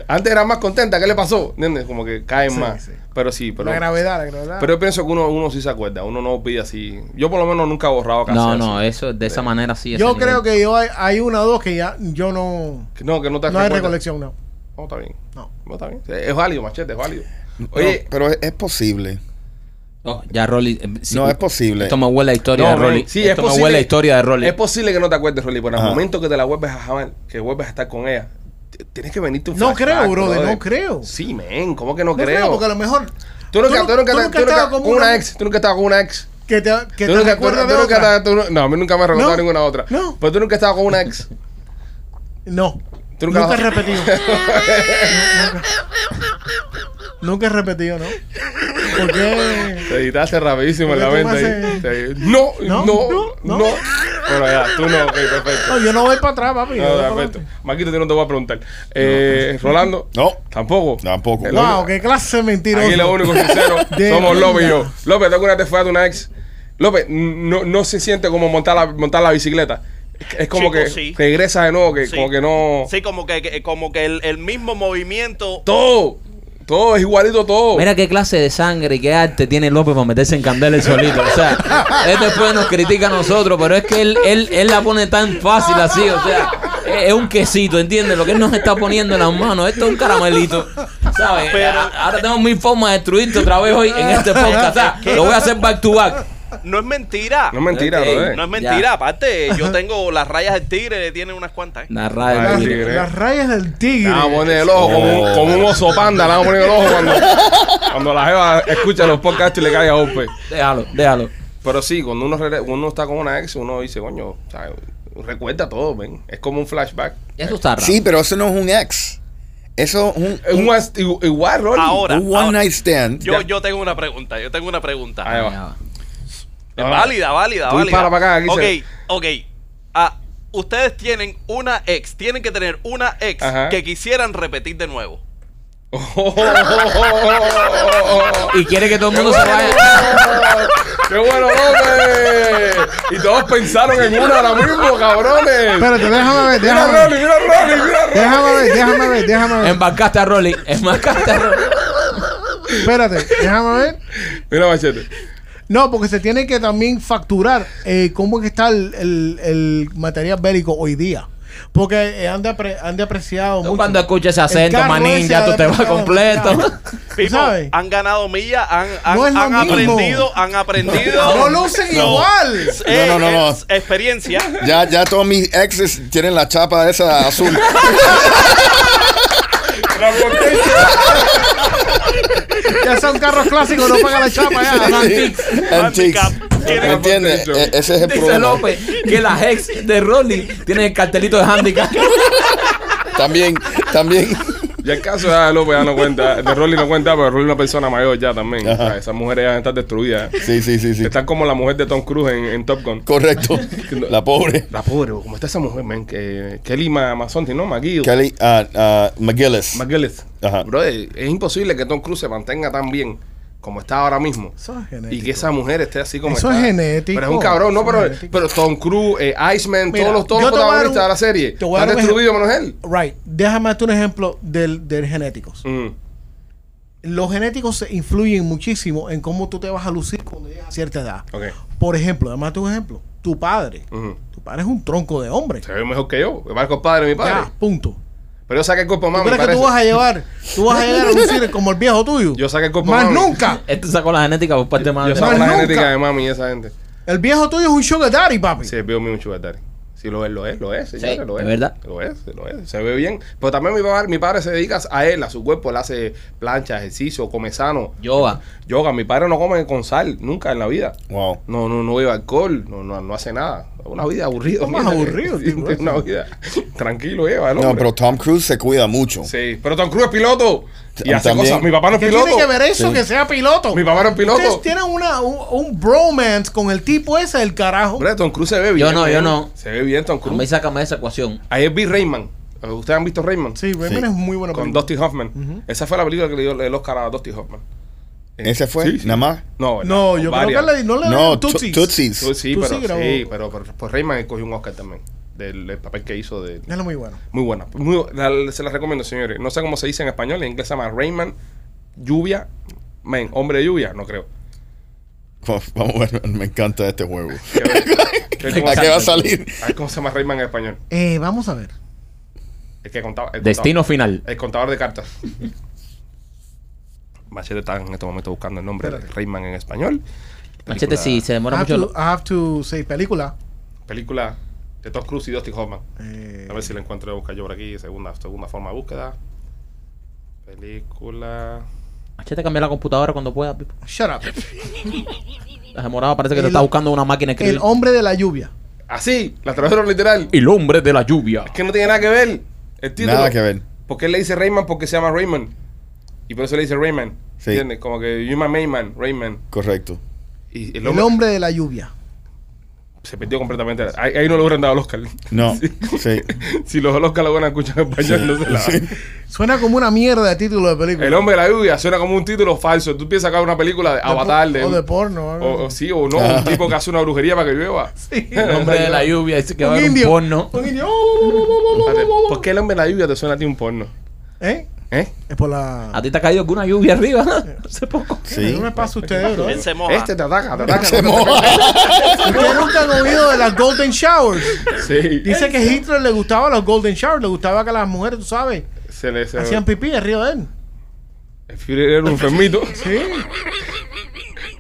Antes eran más contentas, ¿qué le pasó? ¿Entiendes? Como que caen Sí, más. sí. Pero sí, pero. la gravedad, la gravedad. Pero yo pienso que uno, uno sí se acuerda, uno no pide así. Yo por lo menos nunca he borrado casi No, así. no, eh. eso de esa manera sí. yo creo que yo hay, hay una o dos que ya yo no... Que No, que no te No hay recuerdas. recolección, no. No, está bien. No. No, está bien. Es válido, machete, es válido. Oye, Oye, pero es, es posible. ya Rolly. eh, sí, No es posible. Esto me huele a historia de no, Rolly. man, sí, esto es me posible, huele a historia de Rolly. Es posible que no te acuerdes, Rolly, pero al Ajá. momento que te la vuelves a jamar, que vuelves a estar con ella, t- tienes que venirte un No flashback, creo, brother, no creo. Sí, men, ¿cómo que no, No creo? porque a lo mejor. Tú nunca, tú nunca, tú te- tú nunca has nunca- estado con una ex, tú nunca estabas con una ex. que te, que Tú te nunca, tú- recuerda de tú nunca otra. estabas- tú nu- no, a mí nunca me recordado No. ninguna otra. No. Pero tú nunca estabas con una ex. No. Tú nunca nunca la- he repetido. nunca he repetido, ¿no? Porque Te editaste rapidísimo en la Porque tú venta. me ahí. haces- Te- No, no, No, no, no. no, no. Bueno, ya, tú no, ok, perfecto. no, yo no voy para atrás, papi. yo No, voy para perfecto. adelante. Maquito, yo no te voy a preguntar. Eh, Rolando. No. Tampoco. Tampoco. El Wow, único- qué clase de mentiroso. Aquí lo único sincero De somos López y yo. verdad. López, ¿te acuerdas que te fue a una ex? López, no, no se siente como montar la, montar la bicicleta. Es como Chico, que sí. regresa de nuevo, que Sí. como que no. Sí, como que, que- como que el, el mismo movimiento. Todo, todo es igualito, todo. Mira qué clase de sangre y qué arte tiene López para meterse en candela el solito. O sea, él después nos critica a nosotros, pero es que él, él, él la pone tan fácil así. O sea, es es un quesito, ¿entiendes? Lo que él nos está poniendo en las manos. Esto es un caramelito. ¿Sabes? Pero- A- Ahora tengo mil formas de destruirte otra vez hoy en este podcast. O sea, lo voy a hacer back to back. No es mentira. no es mentira, Ok, brother. No es mentira. Ya. Aparte, yo tengo las rayas del tigre, tiene unas cuantas. ¿eh? La radio. Ay, Las- sí, creo. las rayas del Le tigre. vamos a poner el ojo como, Oh. un- como un oso panda, le vamos a poner el ojo cuando, cuando la jeva escucha los podcasts y le cae a golpe. Déjalo, déjalo. Pero sí, cuando uno, regre- cuando uno está con una ex, uno dice, coño, o sea, recuerda todo, ven. Es como un flashback. Eso está raro. Sí, pero eso no es un ex. Eso es un, Es un as- igu- igual, Rolly. Ahora, un one ahora, night stand. yo, yo tengo una pregunta. Yo tengo una pregunta. Ahí va. Es válida, válida, Ah. Tú válida. dispara para acá, aquí ok, se- ok. Ah, ustedes tienen una ex, tienen que tener una ex Ajá. que quisieran repetir de nuevo. Oh, Y quiere que todo el mundo se vaya. ¡Qué bueno, López! Y todos pensaron en uno ahora mismo, cabrones. Espérate, déjame ver, mira, déjame Rolly, ver. mira, Rolly, mira, Rolly. Déjame ver, déjame ver, déjame ver. Embarcaste a Rolly. Embarcaste a Rolly. Espérate, déjame ver. Mira, machete. No, porque se tiene que también facturar eh, cómo es que está el, el- el material bélico hoy día. Porque eh, han, de apre- han de apreciado Tú mucho. cuando escuches ese El acento, carro manín, ese ya ha tú te vas depreciado completo. demasiado. People, sabes? Han ganado millas, han, han- No es lo han mismo. aprendido, han aprendido. No lucen No. igual. Eh, No, no, no, no. es- Experiencia. Ya, ya todos mis exes tienen la chapa esa azul. Ya son carros clásicos, no pagan la chapa ya. Antiques. Tiene ¿Me entiendes? competición. E- Ese es el Dice problema. López que las ex de Rolly tienen el cartelito de handicap. También, también. Y el caso de Ada López ya no cuenta, de Rolly no cuenta, pero Rolly es una persona mayor ya también. O sea, esas mujeres ya están destruidas. Sí, sí, sí, sí. Están como la mujer de Tom Cruise en, en Top Gun. Correcto. La pobre. La pobre, ¿cómo está esa mujer, man? Que, Kelly Ma- Mazzonti, ¿no? McGill. Kelly ah, ah, McGillis. McGillis. Ah. Ajá. Bro, es es imposible que Tom Cruise se mantenga tan bien como está ahora mismo. Eso es Y genético. que esa mujer esté así como Eso está. es genético. Pero es un cabrón, no, Eso es pero, genético. pero Tom Cruise, eh, Iceman, Mira, todos los, todos yo los te voy a dar protagonistas un- de la serie te voy a dar están un ejemplo. destruidos menos él. Right. Déjame darte un ejemplo del, del genéticos. Mm. Los genéticos se influyen muchísimo en cómo tú te vas a lucir cuando llegas a cierta edad. Ok. Por ejemplo, déjame darte un ejemplo. Tu padre. Ujú. Tu padre es un tronco de hombre. Mm. Se ve mejor que yo. Me parezco el padre de mi padre. Ya, punto. Pero yo saqué el cuerpo de ¿Tú mami, crees que tú parece. vas a llevar, tú vas a llegar a lucir como el viejo tuyo? Yo saqué el cuerpo Más mami. nunca. Este sacó la genética por parte de Yo madre. saco Más la nunca. genética de mami y esa gente. El viejo tuyo es un sugar daddy, papi. Se vio muy chulo daddy. Si lo es, lo es, lo es, señores, Sí, lo es. es verdad. Lo es, lo es. Se ve bien. Pero también mi padre, mi padre se dedica a él, a su cuerpo. Él hace plancha, ejercicio, come sano. Yoga. Yoga. Mi padre no come con sal, nunca en la vida. Wow. No, no, no bebe alcohol, no, no, no hace nada. Una vida aburrida. Más mierda. aburrido, Sí, tío, Una vida. Tranquilo, lleva el No, hombre. pero Tom Cruise se cuida mucho. Sí, pero Tom Cruise es piloto. Y hace También. cosas. Mi papá no es ¿Qué piloto. tiene que ver eso Sí. que sea piloto? Mi papá era un piloto. Ustedes tienen una, un, un bromance con el tipo ese del carajo. Hombre, Tom Cruise se ve bien. Yo no, yo man. no. Se ve bien Tom A mí Cruise. sácame esa ecuación. Ayer vi Rayman. ¿Ustedes han visto Rayman? Sí, Raymond Sí. es muy bueno. Con Dusty Hoffman. Esa fue la película que le dio el Oscar a Dusty Hoffman. Eh, ¿Ese fue? sí, sí. ¿Nada más? No, No, yo creo que le, no le No, dieron Tu- Tootsie. Tootsies. Sí, sí, Tú pero, sí grabó. sí, pero, pero, pues Rayman cogió un Oscar también. Del, del papel que hizo de... Es lo muy bueno. Muy buena. Muy- la- se las recomiendo, señores. No sé cómo se dice en español. En inglés se llama Rayman. Lluvia. Men, hombre de lluvia. No creo. Vamos a ver, me encanta este juego. Que- que cómo ¿A se- qué va a salir? a ver cómo se llama Rayman en español. Eh, vamos a ver. El que contaba... el Destino contaba- final. El contador de cartas. Machete está en este momento buscando el nombre de Espérate. Rayman en español. Machete, si se I demora have, mucho. to, lo- I have to say película. Película de Tom Cruise y Dustin Hoffman. Eh, A ver si la encuentro voy a buscar yo por aquí. Segunda, segunda forma de búsqueda. Película. Machete, cambia la computadora cuando pueda. pipo. shut up. La demorada parece que te El- está buscando una máquina de El escribir. hombre de la lluvia. Así, Ah, la trajeron literal. El hombre de la lluvia. Que no tiene nada que ver. El título. Nada que ver. Porque él le dice Rayman porque se llama Rayman. Y por eso le dice Rayman. Sí. ¿Entiendes? Como que You're my main man, Rayman. Correcto. Y el El hombre, hombre de la lluvia. se perdió completamente. Ahí, ahí no lo hubieran dado el Oscar. No. Sí. si los Oscar lo van a escuchar en español, no se la dan. Suena como una mierda de título de película. El hombre de la lluvia suena como un título falso. Tú piensas que es una película de De por- Avatar. De, o de un- porno, algo o- o así. sí, o no. Ah. Un tipo que hace una brujería para que llueva. El hombre de la lluvia dice que va a Un haber un indio. porno. Un indio. Oh, oh, Espérate, oh, oh, oh. ¿Por qué el hombre de la lluvia te suena a ti un porno? ¿Eh? ¿Eh? Es por ¿A la. ti te ha caído alguna lluvia arriba? Hace poco. Sí. No me pasa a ustedes, bro. Él se moja. Este te ataca, te ataca. Se moja. Ustedes nunca han oído de las Golden Showers. Sí. Dice que Hitler le gustaba los Golden Showers, le gustaba que las mujeres, tú sabes, Se le se hacían pipí arriba de él. El Führer era un enfermito. Sí.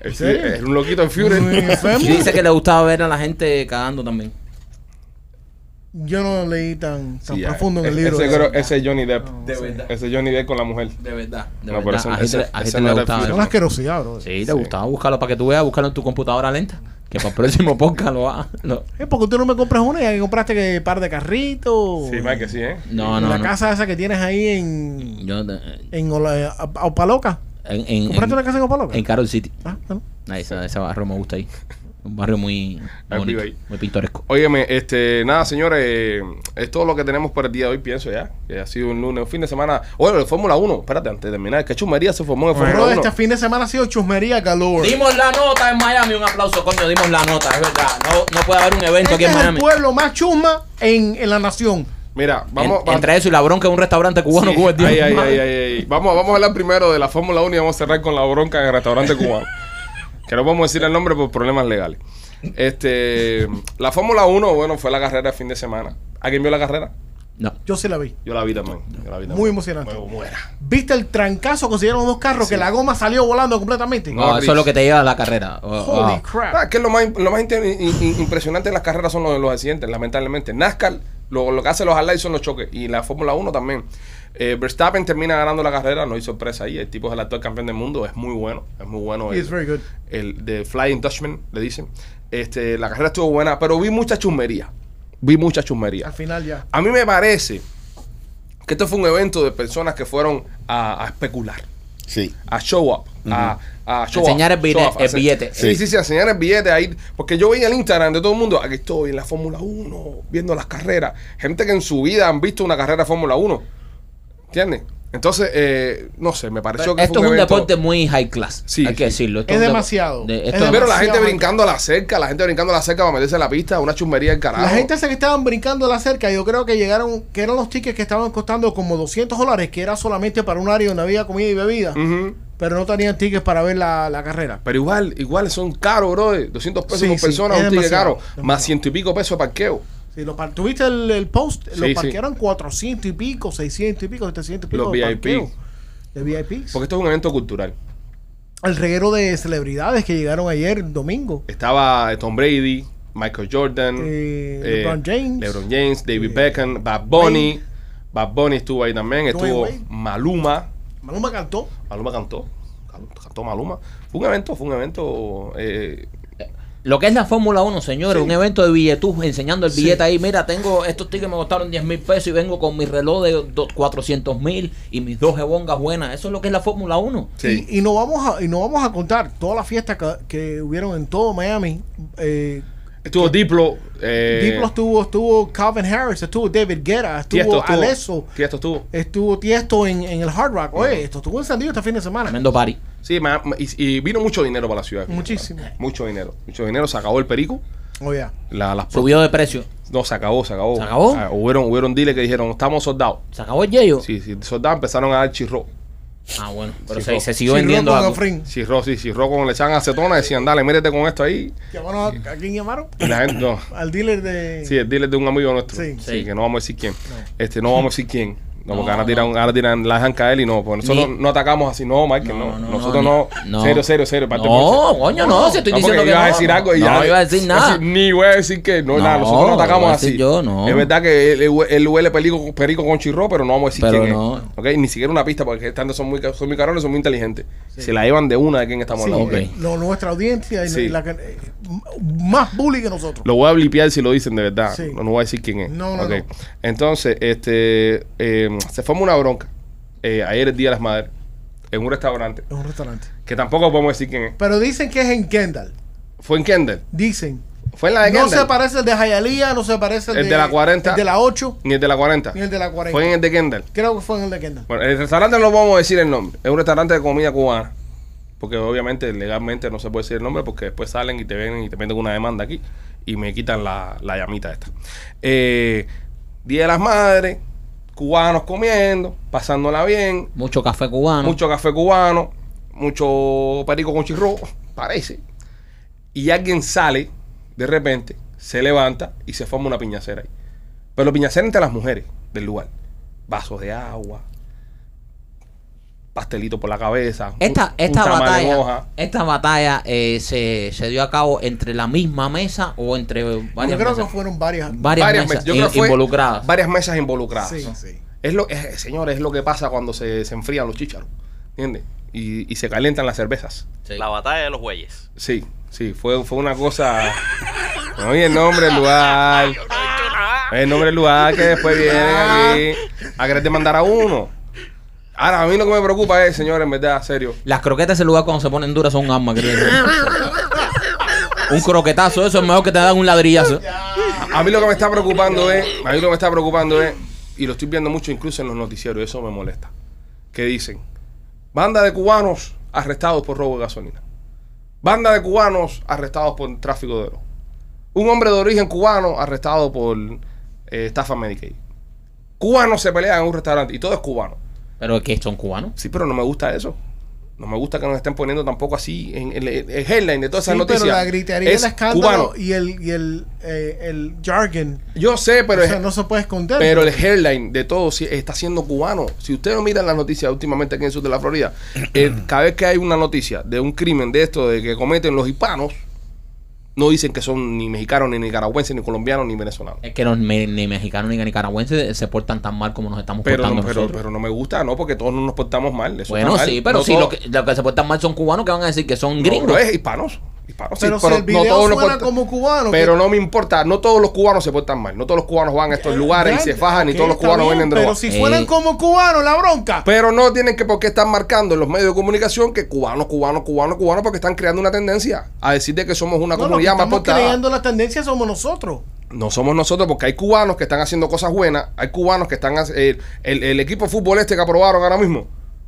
El Führer, era un loquito el Muy Führer. enfermo. Y dice que le gustaba ver a la gente cagando también. Yo no leí tan, tan Sí, ya. profundo en el Ese- libro. Ese, ese. creo- ese es Johnny Depp. De verdad. Ese es Johnny Depp con la mujer. De verdad. De No, pero verdad. ese- a Hitler, ese- a ese Hitler no le era el gustaba Es verlo. Führer. una asquerosidad, bro. Sí, te gustaba buscarlo para que tú veas, buscarlo en tu computadora lenta. Que para el próximo podcast lo hagas. lo- Eh, porque tú no me compras una y ahí compraste que par de carritos. Sí, más que sí, ¿eh? No, no. la no. casa esa que tienes ahí en. Yo, eh, En Ola- a- Opaloca. en, en, ¿Compraste en- una casa en Opaloca? en Carol City. Ah, bueno. Ahí, ese, ese barrio me gusta ahí. Un barrio muy Ahí bonito, vive ahí. muy pintoresco. Óyeme, este, nada, señores, es todo lo que tenemos por el día de hoy, pienso ya. Que ha sido un lunes, un fin de semana. Oye, de Fórmula 1, espérate, antes de terminar, que chumería se formó en Bro, Fórmula 1. este fin de semana ha sido chusmería galore. Dimos la nota en Miami, un aplauso, coño, dimos la nota, es verdad. No, no puede haber un evento Este aquí en es el Miami. pueblo más chusma en, en la nación. Mira, En- vamos. va- entre eso y la bronca de un restaurante cubano Sí, que hubo el día ay, de ay, Miami. ay, ay, ay. Vamos, vamos a hablar primero de la Fórmula 1 y vamos a cerrar con la bronca en el restaurante cubano. que no podemos decir el nombre por problemas legales. Este, la Fórmula 1, bueno, fue la carrera el fin de semana. ¿Alguien vio la carrera? No. Yo sí la vi. Yo la vi también. Yo la vi también. Muy emocionante. Muy buena. ¿Viste el trancazo que se dieron los dos carros? Que la goma salió volando completamente. No, No, Rich. Ah, eso es lo que te lleva a la carrera. Oh, Holy oh. crap. Ah, que lo más, lo más inte- i- i- impresionante de las carreras son los, los accidentes, lamentablemente. NASCAR, lo, lo que hace los highlights son los choques. Y la Fórmula 1 también. Eh, Verstappen termina ganando la carrera, no hay sorpresa ahí. El tipo es el actual campeón del mundo, es muy bueno. Es muy bueno. He is El, very good. el de Flying Dutchman, le dicen. Este, la carrera estuvo buena, pero vi mucha chusmería. Vi mucha chusmería. Al final ya. A mí me parece que esto fue un evento de personas que fueron a, a especular, Sí. a show up, a, a show Enseñar up, el billete- show up, a el hacer- billete. Sí, Sí. sí, sí, a enseñar el billete ahí. Porque yo veía el Instagram de todo el mundo, aquí estoy en la Fórmula 1, viendo las carreras. Gente que en su vida han visto una carrera de Fórmula 1. ¿Entiendes? Entonces, eh, no sé, me pareció que Esto fue es un evento- deporte muy high class. Sí, hay que sí. decirlo. Esto Es un depo- demasiado. de- Es Pero la esto- demasiado gente alto. brincando a la cerca, la gente brincando a la cerca para meterse a la pista, una chumbería del carajo. La gente esa que estaban brincando la cerca, yo creo que llegaron, que eran los tickets que estaban costando como 200 dólares, que era solamente para un área donde había comida y bebida, Ujú. pero no tenían tickets para ver la, la carrera. Pero igual, igual son caros, bro. 200 pesos Sí, por sí, persona, es un ticket caro. demasiado, Más demasiado. ciento y pico pesos de parqueo. Si lo par- tuviste el, el post, lo sí. parquearon 400 y pico, 600 y pico, 700 y pico Los de VIP. parqueo de VIPs. Porque esto es un evento cultural. El reguero de celebridades que llegaron ayer domingo. Estaba eh, Tom Brady, Michael Jordan, Eh, LeBron James. Eh, LeBron James, David Beckham, Bad Bunny. Bad Bunny estuvo ahí también. Estuvo Wade. Maluma. Maluma cantó. Maluma cantó. Cantó- Cantó Maluma. Fue un evento, fue un evento. eh, Lo que es la Fórmula 1, señores, un evento de billetuj enseñando el billete ahí. Mira, tengo estos tickets me costaron 10 mil pesos y vengo con mi reloj de do- 400 mil y mis dos jebongas buenas. Eso es lo que es la Fórmula 1. sí. Y, y no vamos a, y no vamos a contar todas las fiestas que, que hubieron en todo Miami. Eh, estuvo Diplo. eh, Diplo estuvo, estuvo Calvin Harris, estuvo David Guetta, estuvo Tiesto estuvo. Alesso, Tiesto estuvo. estuvo Tiesto en, en el Hard Rock. Oye, esto estuvo encendido este fin de semana. Tremendo party. Sí, ma- ma- y, y vino mucho dinero para la ciudad. Muchísimo. Mucho dinero. Mucho dinero. Se acabó el perico. Oh, Oye, La- las Subió de precio. No, se acabó, se acabó. ¿Se acabó? Ah, hubieron, hubieron diles que dijeron, estamos soldados. ¿Se acabó el yeyo? Sí, sí, soldados empezaron a dar chirro. Ah, bueno. Pero Sí, se, no. se siguió si vendiendo Rocco algo. Gafrín, Chirro, sí, chirro con le echaban acetona, decían, dale, métete con esto ahí. llamaron a, ¿a quién llamaron? Y la gente, no. Al dealer de. Sí, el dealer de un amigo nuestro. Sí, Sí. Sí. que no vamos a decir quién. Este, no vamos a decir quién. No, porque No, ahora tiran, ahora tiran, la dejan caer y no, pues nosotros Ni- no atacamos así, no, Michael, No, no. no, no, nosotros no, no, no. Serio, serio, serio. parte No, por- coño, no. Si estoy No, diciendo porque que iba no. a decir algo y no, ya. iba a decir Es nada. decir, ni voy a decir que no, No, nada, nosotros no atacamos voy a decir así. yo, no. Es verdad que él, él- él huele peligro- perico con chirro, pero no vamos a decir Pero quién no. es. ¿Ok? Ni siquiera una pista, porque estando son muy, ca- son muy carones, son muy inteligentes. Se la llevan de una de quién estamos Sí, hablando. Ok. eh, lo- nuestra audiencia y Sí. la que- eh, m- más bully que nosotros. Lo voy a blipear si lo dicen de verdad. Sí. No, no voy a decir quién es. No, no, Ok. no. Entonces, este, eh, se forma una bronca. eh, ayer el Día de las Madres. En un restaurante. Es un restaurante. Que tampoco podemos decir quién es. Pero dicen que es en Kendall. Fue en Kendall. Dicen. Fue Ah, en la de No Kendall. se parece el de Hialeah, no se parece El de la 40. el de la 8, ni el de la 40. ni el de la 40. Fue en el de Kendall. Creo que fue en el de Kendall. Bueno, el restaurante no vamos a decir el nombre. Es un restaurante de comida cubana. Porque obviamente legalmente no se puede decir el nombre porque después salen y te ven y te meten una demanda aquí y me quitan la, la llamita esta. Eh, Día de las Madres, cubanos comiendo, pasándola bien, Mucho café cubano. mucho café cubano, mucho perico con chirro, parece. Y alguien sale de repente, se levanta y se forma una piñacera ahí. Pero piñacera entre las mujeres del lugar. Vasos de agua, pastelito por la cabeza. Esta, un- un esta tamal en batalla, hoja. esta batalla eh, se, se dio a cabo entre la misma mesa o entre Yo varias creo que mesas. fueron varias. Varias, Varias mesas, mesas, yo creo in- que fue involucradas. Varias mesas involucradas. Sí, sí. Es lo, es- señores, es lo que pasa cuando se, se enfrían los chícharos. ¿Entiendes? Y, y se calientan las cervezas. Sí. La batalla de los güeyes. Sí, sí, fue, fue una cosa. No, y el nombre del lugar. El nombre del lugar que después viene aquí a quererte mandar a uno. Ahora, a mí lo que me preocupa es, señores, en verdad, serio. Las croquetas de ese lugar cuando se ponen duras son un arma, querido. un croquetazo, eso es mejor que te dan un ladrillazo. A mí lo que me está preocupando es, a mí lo que me está preocupando es, y lo estoy viendo mucho incluso en los noticieros, y eso me molesta, que dicen, banda de cubanos arrestados por robo de gasolina, banda de cubanos arrestados por tráfico de droga, un hombre de origen cubano arrestado por eh, estafa Medicaid, cubanos se pelean en un restaurante y todo es cubano. Pero es que son cubanos. Sí, pero no me gusta eso. No me gusta que nos estén poniendo tampoco así en, en- en el headline de todas esas Sí, noticias. Pero la gritería, es el escándalo cubano. y el, y el, eh, el jargon. Yo sé, pero o es- sea, no se puede esconder. Pero el headline de todo sí está siendo cubano. Si ustedes miran las noticias últimamente aquí en el sur de la Florida, eh, cada vez que hay una noticia de un crimen de esto de que cometen los hispanos, no dicen que son ni mexicanos, ni nicaragüenses, ni colombianos, ni venezolanos. Es que los me- ni mexicanos ni nicaragüenses se portan tan mal como nos estamos Pero, portando no- pero, nosotros. pero no me gusta, ¿no? Porque todos no nos portamos mal. eso bueno, está mal. sí, pero No sí, todos- los que, lo que se portan mal son cubanos que van a decir que son no, eh, gringos. pero es hispanos. Hispanos, sí, Pero si el video todos nos suena porta- como cubano, Pero que- no me importa, no todos los cubanos se portan mal. No todos los cubanos van a estos lugares y se fajan, ni Eh, Ok, todos los está cubanos bien, venden droga. Pero si fueran Ey. como cubanos, la bronca. Pero no tienen que por qué estar marcando en los medios de comunicación que cubanos, cubanos, cubanos, cubanos, porque están creando una tendencia a decir de que somos una no, los que comunidad más estamos portada. creando las tendencias somos nosotros. No somos nosotros, porque hay cubanos que están haciendo cosas buenas, hay cubanos que están... hace- El, el- el equipo de fútbol este que aprobaron ahora mismo,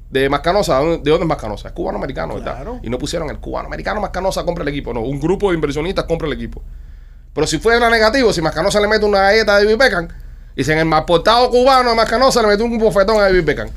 de Mascanosa, ¿de dónde es Mascanosa? Es cubano-americano, Claro. ¿verdad? Y no pusieron el cubano-americano Mascanosa compra el equipo, no, un grupo de inversionistas compra el equipo. Pero si fuera negativo, si Mascanosa le mete una galleta a David Beckham, dicen el más portado cubano de Mascanosa le mete un bofetón a David Beckham.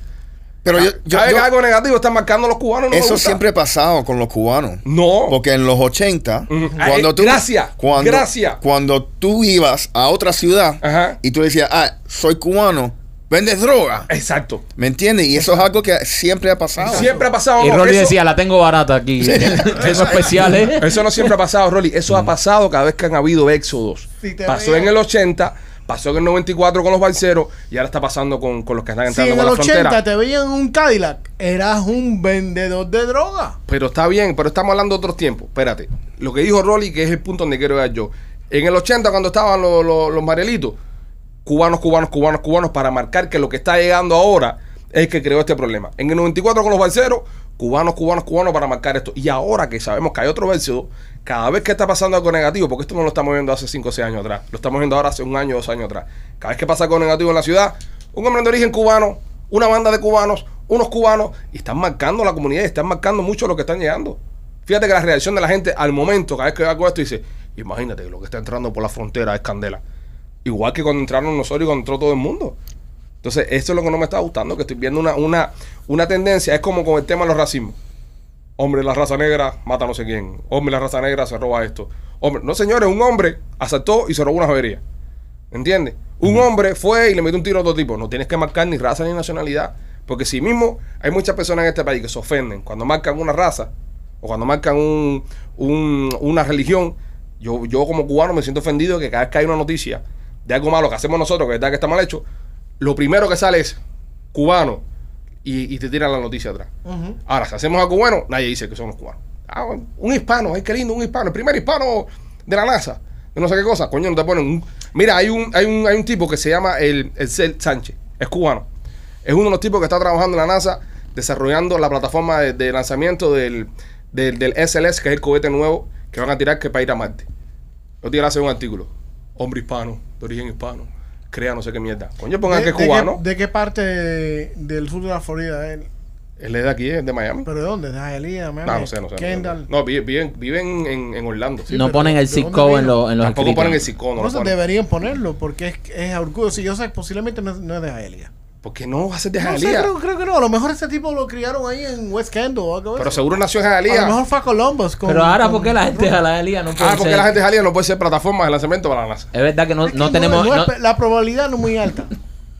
Pero yo, yo- Cada vez yo- que Ah, algo negativo están marcando los cubanos. no me eso gusta. siempre ha pasado con los cubanos. No. Porque en los 80, Ujú. cuando Ay, tú. gracias, Cuando, gracias. Cuando tú ibas a otra ciudad Ajá. Eh. y tú decías, ah, soy cubano, vendes droga. Exacto. ¿Me entiendes? Y eso es algo que siempre ha pasado. Siempre ha pasado. y no, Rolly eso- decía, la tengo barata aquí. Tengo especiales. Eso no siempre ha pasado, Rolly. Eso Mm. ha pasado cada vez que han habido éxodos. Sí, te pasó veo. en el 80, pasó en el 94 con los balseros y ahora está pasando con, con los que están Si entrando en por el la 80 frontera. te veían en un Cadillac, eras un vendedor de droga. Pero está bien, pero estamos hablando de otros tiempos. Espérate. Lo que dijo Rolly, que es el punto donde quiero llegar yo. En el 80, cuando estaban los, los, los marelitos, cubanos, cubanos, cubanos, cubanos, para marcar que lo que está llegando ahora es que creó este problema. En el 94 con los balseros, cubanos, cubanos, cubanos, para marcar esto. Y ahora que sabemos que hay otro verseo, cada vez que está pasando algo negativo, porque esto no lo estamos viendo hace 5 o 6 años atrás, lo estamos viendo ahora hace un año, dos años atrás. Cada vez que pasa algo negativo en la ciudad, un hombre de origen cubano, una banda de cubanos, unos cubanos, y están marcando la comunidad y están marcando mucho lo que están llegando. Fíjate que la reacción de la gente al momento, cada vez que hago esto, dice, imagínate, lo que está entrando por la frontera es candela. Igual que cuando entraron nosotros y cuando entró todo el mundo. Entonces, eso es lo que no me está gustando, que estoy viendo una, una, una tendencia, es como con el tema de los racismos. Hombre, la raza negra mata a no sé quién. Hombre, la raza negra se roba esto. Hombre, no señores, un hombre asaltó y se robó una joyería. ¿Entiendes? Un hombre fue y le metió un tiro a otro tipo. No tienes que marcar ni raza ni nacionalidad. Porque si mismo hay muchas personas en este país que se ofenden cuando marcan una raza o cuando marcan un, un- una religión. Yo, yo como cubano me siento ofendido que cada vez que hay una noticia de algo malo que hacemos nosotros, que es verdad que está mal hecho, lo primero que sale es cubano y, y te tiran la noticia atrás. Ahora, si hacemos a cubano, nadie dice que somos cubanos. Ah, un hispano, ay, qué lindo, un hispano. El primer hispano de la NASA, de no sé qué cosa. Coño, no te ponen un... Mira, hay un, hay un, hay un tipo que se llama el, el Cel Sánchez. Es cubano. Es uno de los tipos que está trabajando en la NASA desarrollando la plataforma de, de lanzamiento del, del, del SLS, que es el cohete nuevo que van a tirar que para ir a Marte. Yo tirar hace un artículo. Hombre hispano, de origen hispano. Crea no sé qué mierda. Coño, pongan ¿De- que de es cubano. qué- ¿De qué parte de- del sur de la Florida él? Él es de aquí, es de Miami. ¿Pero de dónde? ¿De Hialeah, Miami? Ah, No, no sé, no sé. no sé. Kendall. No, vi- viven, viven en, en Orlando. Sí, no pero ponen ¿de el zip dónde code en, vino? lo- en los Tampoco escritos. ponen el psicólogo. no No lo se ponen. deberían ponerlo porque es, es orgullo. Si yo sé, posiblemente no es, no es de Hialeah. ¿Por qué no haces de No sé, Jalía? creo, creo que no. A lo mejor ese tipo lo criaron ahí en West Kendall o algo pero así. seguro nació en A Jalía. lo mejor fue a Columbus. con- Pero ahora, con- ¿por qué la gente a la Jalía no puede Ah, porque ser? la gente de Jalía no puede ser plataforma de lanzamiento para la NASA. Es verdad que no, Es que no tenemos... no es- no- La probabilidad no es muy alta.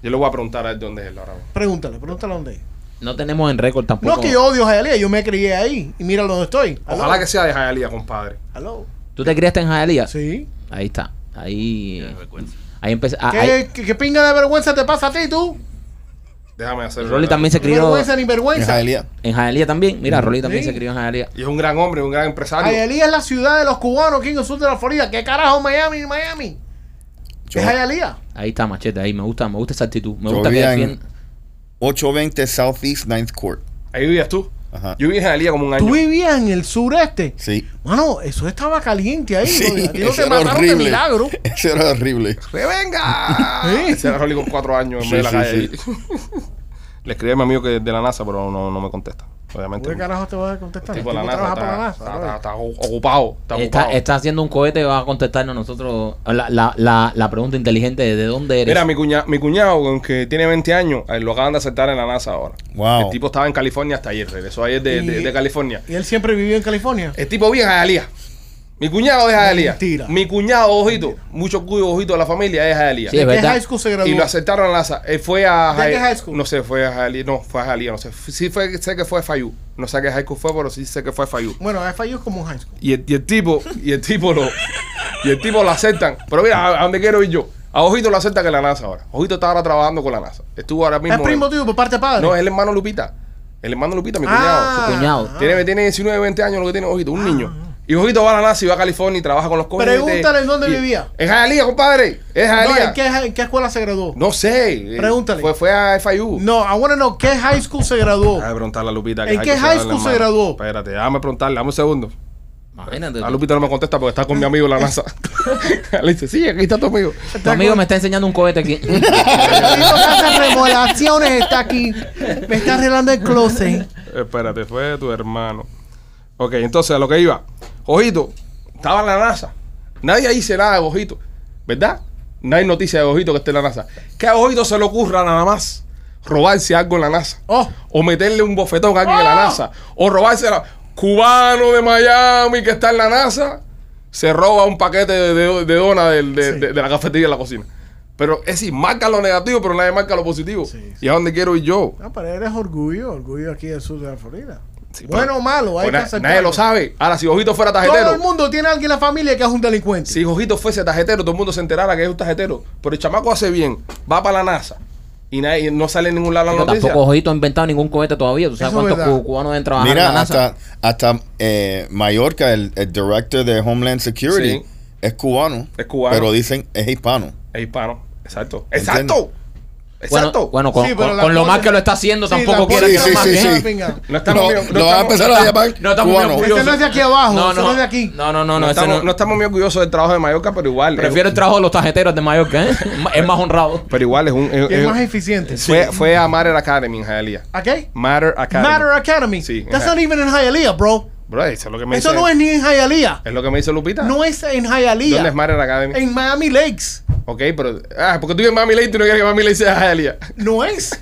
Yo le voy a preguntar a él dónde es él ahora mismo. Pregúntale, pregúntale dónde es. No tenemos en récord tampoco. No que yo odio a Hialeah, yo me crié ahí. Y mira dónde estoy. Aló. Ojalá que sea de Jalía, compadre. Aló. ¿Tú te criaste en Jalía? Sí. Ahí está. Ahí. Qué vergüenza. Ahí empecé. ah, ahí- ¿Qué, qué- qué pinga de vergüenza te pasa a ti, tú? Déjame hacer Rolly también se Ni crió vergüenza ni En vergüenza. Hialeah. en Jalía también. Mira, Rolly también Sí. se crió en Jalía. Y es un gran hombre, un gran empresario. Hialeah es la ciudad de los cubanos aquí en el sur de la Florida. ¿Qué carajo Miami, Miami? Yo- Es Hialeah. Ahí está, machete. Ahí me gusta, me gusta esa actitud. Me Yo gusta que vivía en- defienda. 820 Southeast 9th Court. Ahí vivías tú. Ajá. Yo viví en Jalía como un año. Tú vivías en el sureste. Sí. Mano, eso estaba caliente ahí. brother. Sí, A ti no eso te era mataron de horrible. milagro. Eso era horrible. ¡Revenga! Ese era Rolly con cuatro años en Sí, medio de la sí, calle. Le escribí a mi amigo que es de la NASA, pero no, no me contesta. Obviamente. ¿Por qué carajo te voy a contestar? Tipo, El la tipo NASA está, trabaja para está- la NASA, está- brother. está ocupado. Está Está, ocupado. está haciendo un cohete y va a contestarnos nosotros la, la, la, la pregunta inteligente de, ¿de dónde eres. Mira, mi, cuña- mi cuñado, aunque tiene 20 años, eh, lo acaban de aceptar en la NASA ahora. Wow. El tipo estaba en California hasta ayer, regresó ayer de, de- Y- de California. ¿Y él siempre vivió en California? El tipo viene a Jalía. Mi cuñado es Jalía. Mentira. Mi cuñado, ojito, mucho cuyo ojito de la familia es Jalía. Sí, es ¿De qué verdad. high school se graduó? Y lo aceptaron en la NASA. Él fue a ¿De qué Jai- high school? No sé, fue a Jalía. No, fue a Jalía, no sé. F- Sí fue, sé que fue a FIU. No sé qué high school fue, pero sí sé que fue a FIU. Bueno, FIU es como un high school. Y el, y el tipo, y el tipo lo, y el tipo lo aceptan. Pero mira, a, a dónde quiero ir yo. A Ojito lo aceptan en la NASA ahora. Ojito está ahora trabajando con la NASA. Estuvo ahora mismo. ¿Es primo en- tuyo por parte de padre? No, es el hermano Lupita. El hermano Lupita, mi Ah. cuñado. cuñado. Tiene, tiene 19, 20 años lo que tiene Ojito, un niño. Y Ojito va a la NASA y va a California y trabaja con los cohetes. Pregúntale en dónde Y- vivía. En Jalía, compadre. Es No, Jalía. ¿en, qué, en qué escuela se graduó? No sé. Pregúntale. Fue, fue a FIU. No, I wanna know, ¿qué high school se graduó? Déjame preguntarle a Lupita. ¿En hay qué que high saberle school más. se graduó? Espérate, déjame preguntarle, dame un segundo. Imagínate. A Lupita no me contesta porque está con mi amigo en la NASA. Le dice, sí, aquí está tu amigo. Tu amigo me está enseñando un cohete aquí. Tengo que hacer remodelaciones, está aquí. Me está arreglando el closet. Espérate, fue tu hermano. Ok, entonces a lo que iba. Ojito, estaba en la NASA. Nadie dice nada de Ojito, ¿verdad? No hay noticia de Ojito que esté en la NASA. Que a Ojito se le ocurra nada más robarse algo en la NASA. Oh. O meterle un bofetón a alguien en la NASA. O robarse la... Cubano de Miami que está en la NASA se roba un paquete de, de, de dona del- de, Sí. de- de la cafetería de la cocina. Pero es decir, marca lo negativo, pero nadie marca lo positivo. Sí, ¿Y a dónde quiero ir yo? No, pero eres orgullo, orgullo aquí del sur de la Florida. Sí, bueno pero- o malo, hay Pues na- que aceptarlo. Nadie lo sabe. Ahora, si Ojito fuera Todo el tarjetero, mundo tiene a alguien en la familia que es un delincuente. si Ojito fuese tarjetero, todo el mundo se enterara que es un tarjetero. Pero el chamaco hace bien, va para la NASA y nadie, no sale en ningún lado la Pero noticia. tampoco Ojito ha inventado ningún cohete todavía. ¿Tú sabes Eso es cuántos verdad. cu- cubanos deben trabajar en la Mira, NASA? hasta, hasta eh, Mallorca, el, el director de Homeland Security, Sí. es cubano. Es cubano. Pero dicen es hispano. Es hispano. Exacto. Entiendo. Exacto. Bueno, Exacto. bueno, con, Sí, pero con- la con lo cosa- mal que lo está haciendo, Sí, tampoco tampoco- quiere Sí, estar sí, más sí, bien. sí. Pinga. no estamos No, muy- no lo van a estamos- empezar a llamar no estamos cubano. muy Este no es de aquí abajo, este no es de aquí. No, no, no, no no, ese estamos- no. no estamos muy orgullosos del trabajo de Mallorca, pero igual. es- Prefiero el trabajo de los tarjeteros de Mallorca, ¿eh? es más honrado. pero igual es un. es- Y es es- más eficiente. eh, fue, fue a Matter Academy en Hialeah. ¿A qué? Matter Academy. Matter Academy. Sí, That's ajá. not even in Hialeah, bro. Bro, eso es lo que me Eso dice. no es ni en Hialeah. Es lo que me dice Lupita. No es en ¿Dónde Hialeah. es Matter Academy? En Miami Lakes. Ok, pero. Ah, porque tú vives en Miami Lake y tú no quieres que Miami Lake sea Hialeah. No es.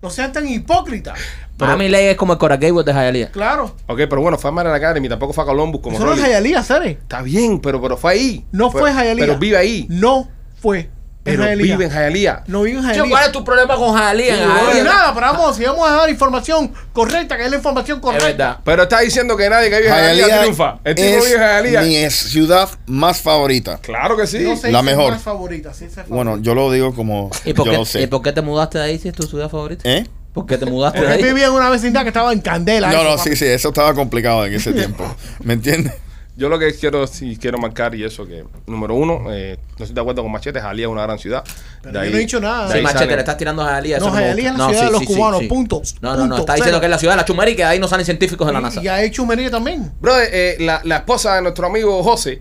No sean tan hipócritas. Para mí, Ley es como el Cora Gables de Hialeah. Claro. Ok, pero bueno, fue a Marin Academy, tampoco fue a Columbus como Eso no es Rolly. Hialeah, ¿sabes? Está bien, pero, pero fue ahí. No fue Pero- Hialeah. Pero vive ahí. No fue en Pero Hialeah. vive en Hialeah. No vive en Che, ¿Cuál es Hialeah. tu problema con Hialeah? en No, ni Hialeah? nada, pero vamos, si vamos a dar información correcta, que es la información Es correcta. verdad. Pero está diciendo que nadie que vive en Hialeah, Hialeah triunfa. El tipo vive en es Hialeah. mi es ciudad más favorita. Claro que sí. No sé La si es mejor. más favorita, si es favorita. Bueno, yo lo digo como ¿Y por, yo lo qué, sé. ¿Y por qué te mudaste de ahí si es tu ciudad favorita? ¿Eh? ¿Por qué te mudaste de Porque ahí? vivía en una vecindad que estaba en Candela. No, eso, no, papi. sí, sí, eso estaba complicado en ese tiempo. ¿Me entiendes? Yo lo que quiero, sí, quiero marcar y eso que, número uno, eh, no estoy de acuerdo con Machete, Hialeah es una gran ciudad. Pero De yo ahí- no he dicho nada. de Sí, ahí machete, salen- le estás tirando a Hialeah. No, eso me gusta. Hialeah es la ciudad de los cubanos, punto, No, no, no. punto, Está diciendo cero. que es la ciudad de la chumera y que de ahí no salen científicos de la NASA. Y ha hecho humería también. Brother, eh, la, la esposa de nuestro amigo José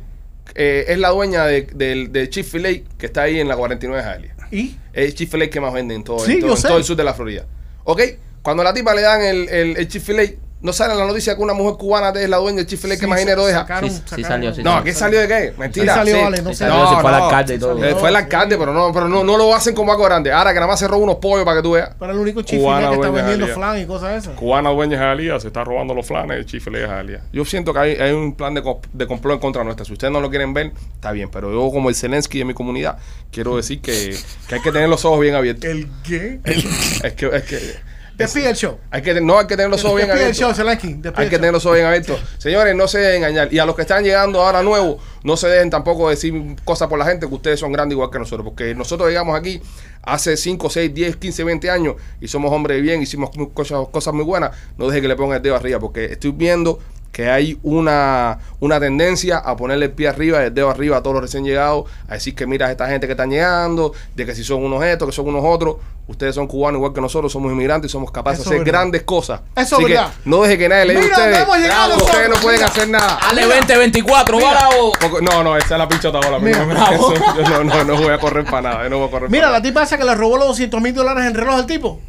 eh, es la dueña de, del del Chick-fil-A que está ahí en la 49 de Hialeah. Y Es el Chick-fil-A que más vende en todo, Sí, en todo, yo en sé. todo el sur de la Florida. ¿Ok? Cuando a la tipa le dan el, el, el Chick-fil-A, no sale en la noticia que una mujer cubana es la dueña del Chick-fil-A que Sí, más dinero sa- deja. sacaron- Sí, sí sacaron- salió, sí No, ¿qué salió de qué? Mentira. Sí salió, vale, no Sí sé. salió, sí fue al alcalde y todo. Eh, fue el alcalde, pero no, pero no, no lo hacen como algo grande. Ahora que nada más se roba unos pollos para que tú veas. Pero el único Cubana, chifilé que está buena vendiendo Hialeah. flan y cosas esas. Cubana dueña de Jalía, se está robando los flanes de Chifle de Jalía. Yo siento que hay, hay un plan de, comp- de complot en contra nuestra. Si ustedes no lo quieren ver, está bien. Pero yo, como el Zelensky de mi comunidad, quiero decir que, que hay que tener los ojos bien abiertos. ¿El qué? Es que, es que, Despide el show. hay que, no hay que tener los ojos bien Despide el show, abiertos. Zelensky. Despide Hay el que show. tener los ojos bien abiertos. Señores, no se dejen engañar. Y a los que están llegando ahora nuevos, no se dejen tampoco decir cosas por la gente que ustedes son grandes igual que nosotros. Porque nosotros llegamos aquí hace 5, 6, 10, 15, 20 años y somos hombres de bien, hicimos mu- cosas, cosas muy buenas. No dejen que le pongan el dedo arriba porque estoy viendo que hay una, una tendencia a ponerle el pie arriba, el dedo arriba a todos los recién llegados, a decir que mira a esta gente que están llegando, de que si son unos estos, que son unos otros. Ustedes son cubanos igual que nosotros, somos inmigrantes y somos capaces Eso de es hacer verdad. grandes cosas. Así Eso es que verdad. no deje que nadie le diga a Mira, ustedes. hemos llegado, ustedes no Pablo, pueden mira. Ah, hacer nada. Ale 2024, bravo. Porque- No, no, esa es la pinchota ahora mismo. bravo. Eso- yo no, no, no voy a correr para nada. Yo no voy a correr Mira, pa' la nada. tipa esa que le robó los 200 mil dólares en reloj al tipo.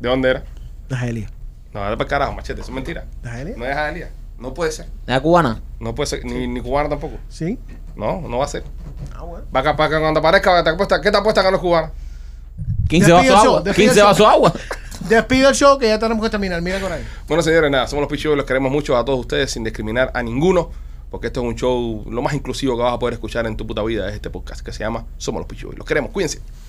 ¿De dónde era? De Hialeah. No, dale para carajo, machete, eso es mentira. ¿La Elia? No es Aelia. No puede ser. ¿La cubana? No puede ser, ni, ni cubana tampoco. Sí. No, no va a ser. Ah, bueno. Va acá, para acá, cuando aparezca, te apuesta, ¿qué te apuesta que no es cubana? 15 Despide vasos el show, agua. despide 15 el show. vasos agua. Despido el show que ya tenemos que terminar. Mira con ahí. Bueno, señores, nada, somos los Pichos, los queremos mucho a todos ustedes sin discriminar a ninguno, porque esto es un show lo más inclusivo que vas a poder escuchar en tu puta vida, es este podcast que se llama Somos los Pichos. Los queremos, cuídense.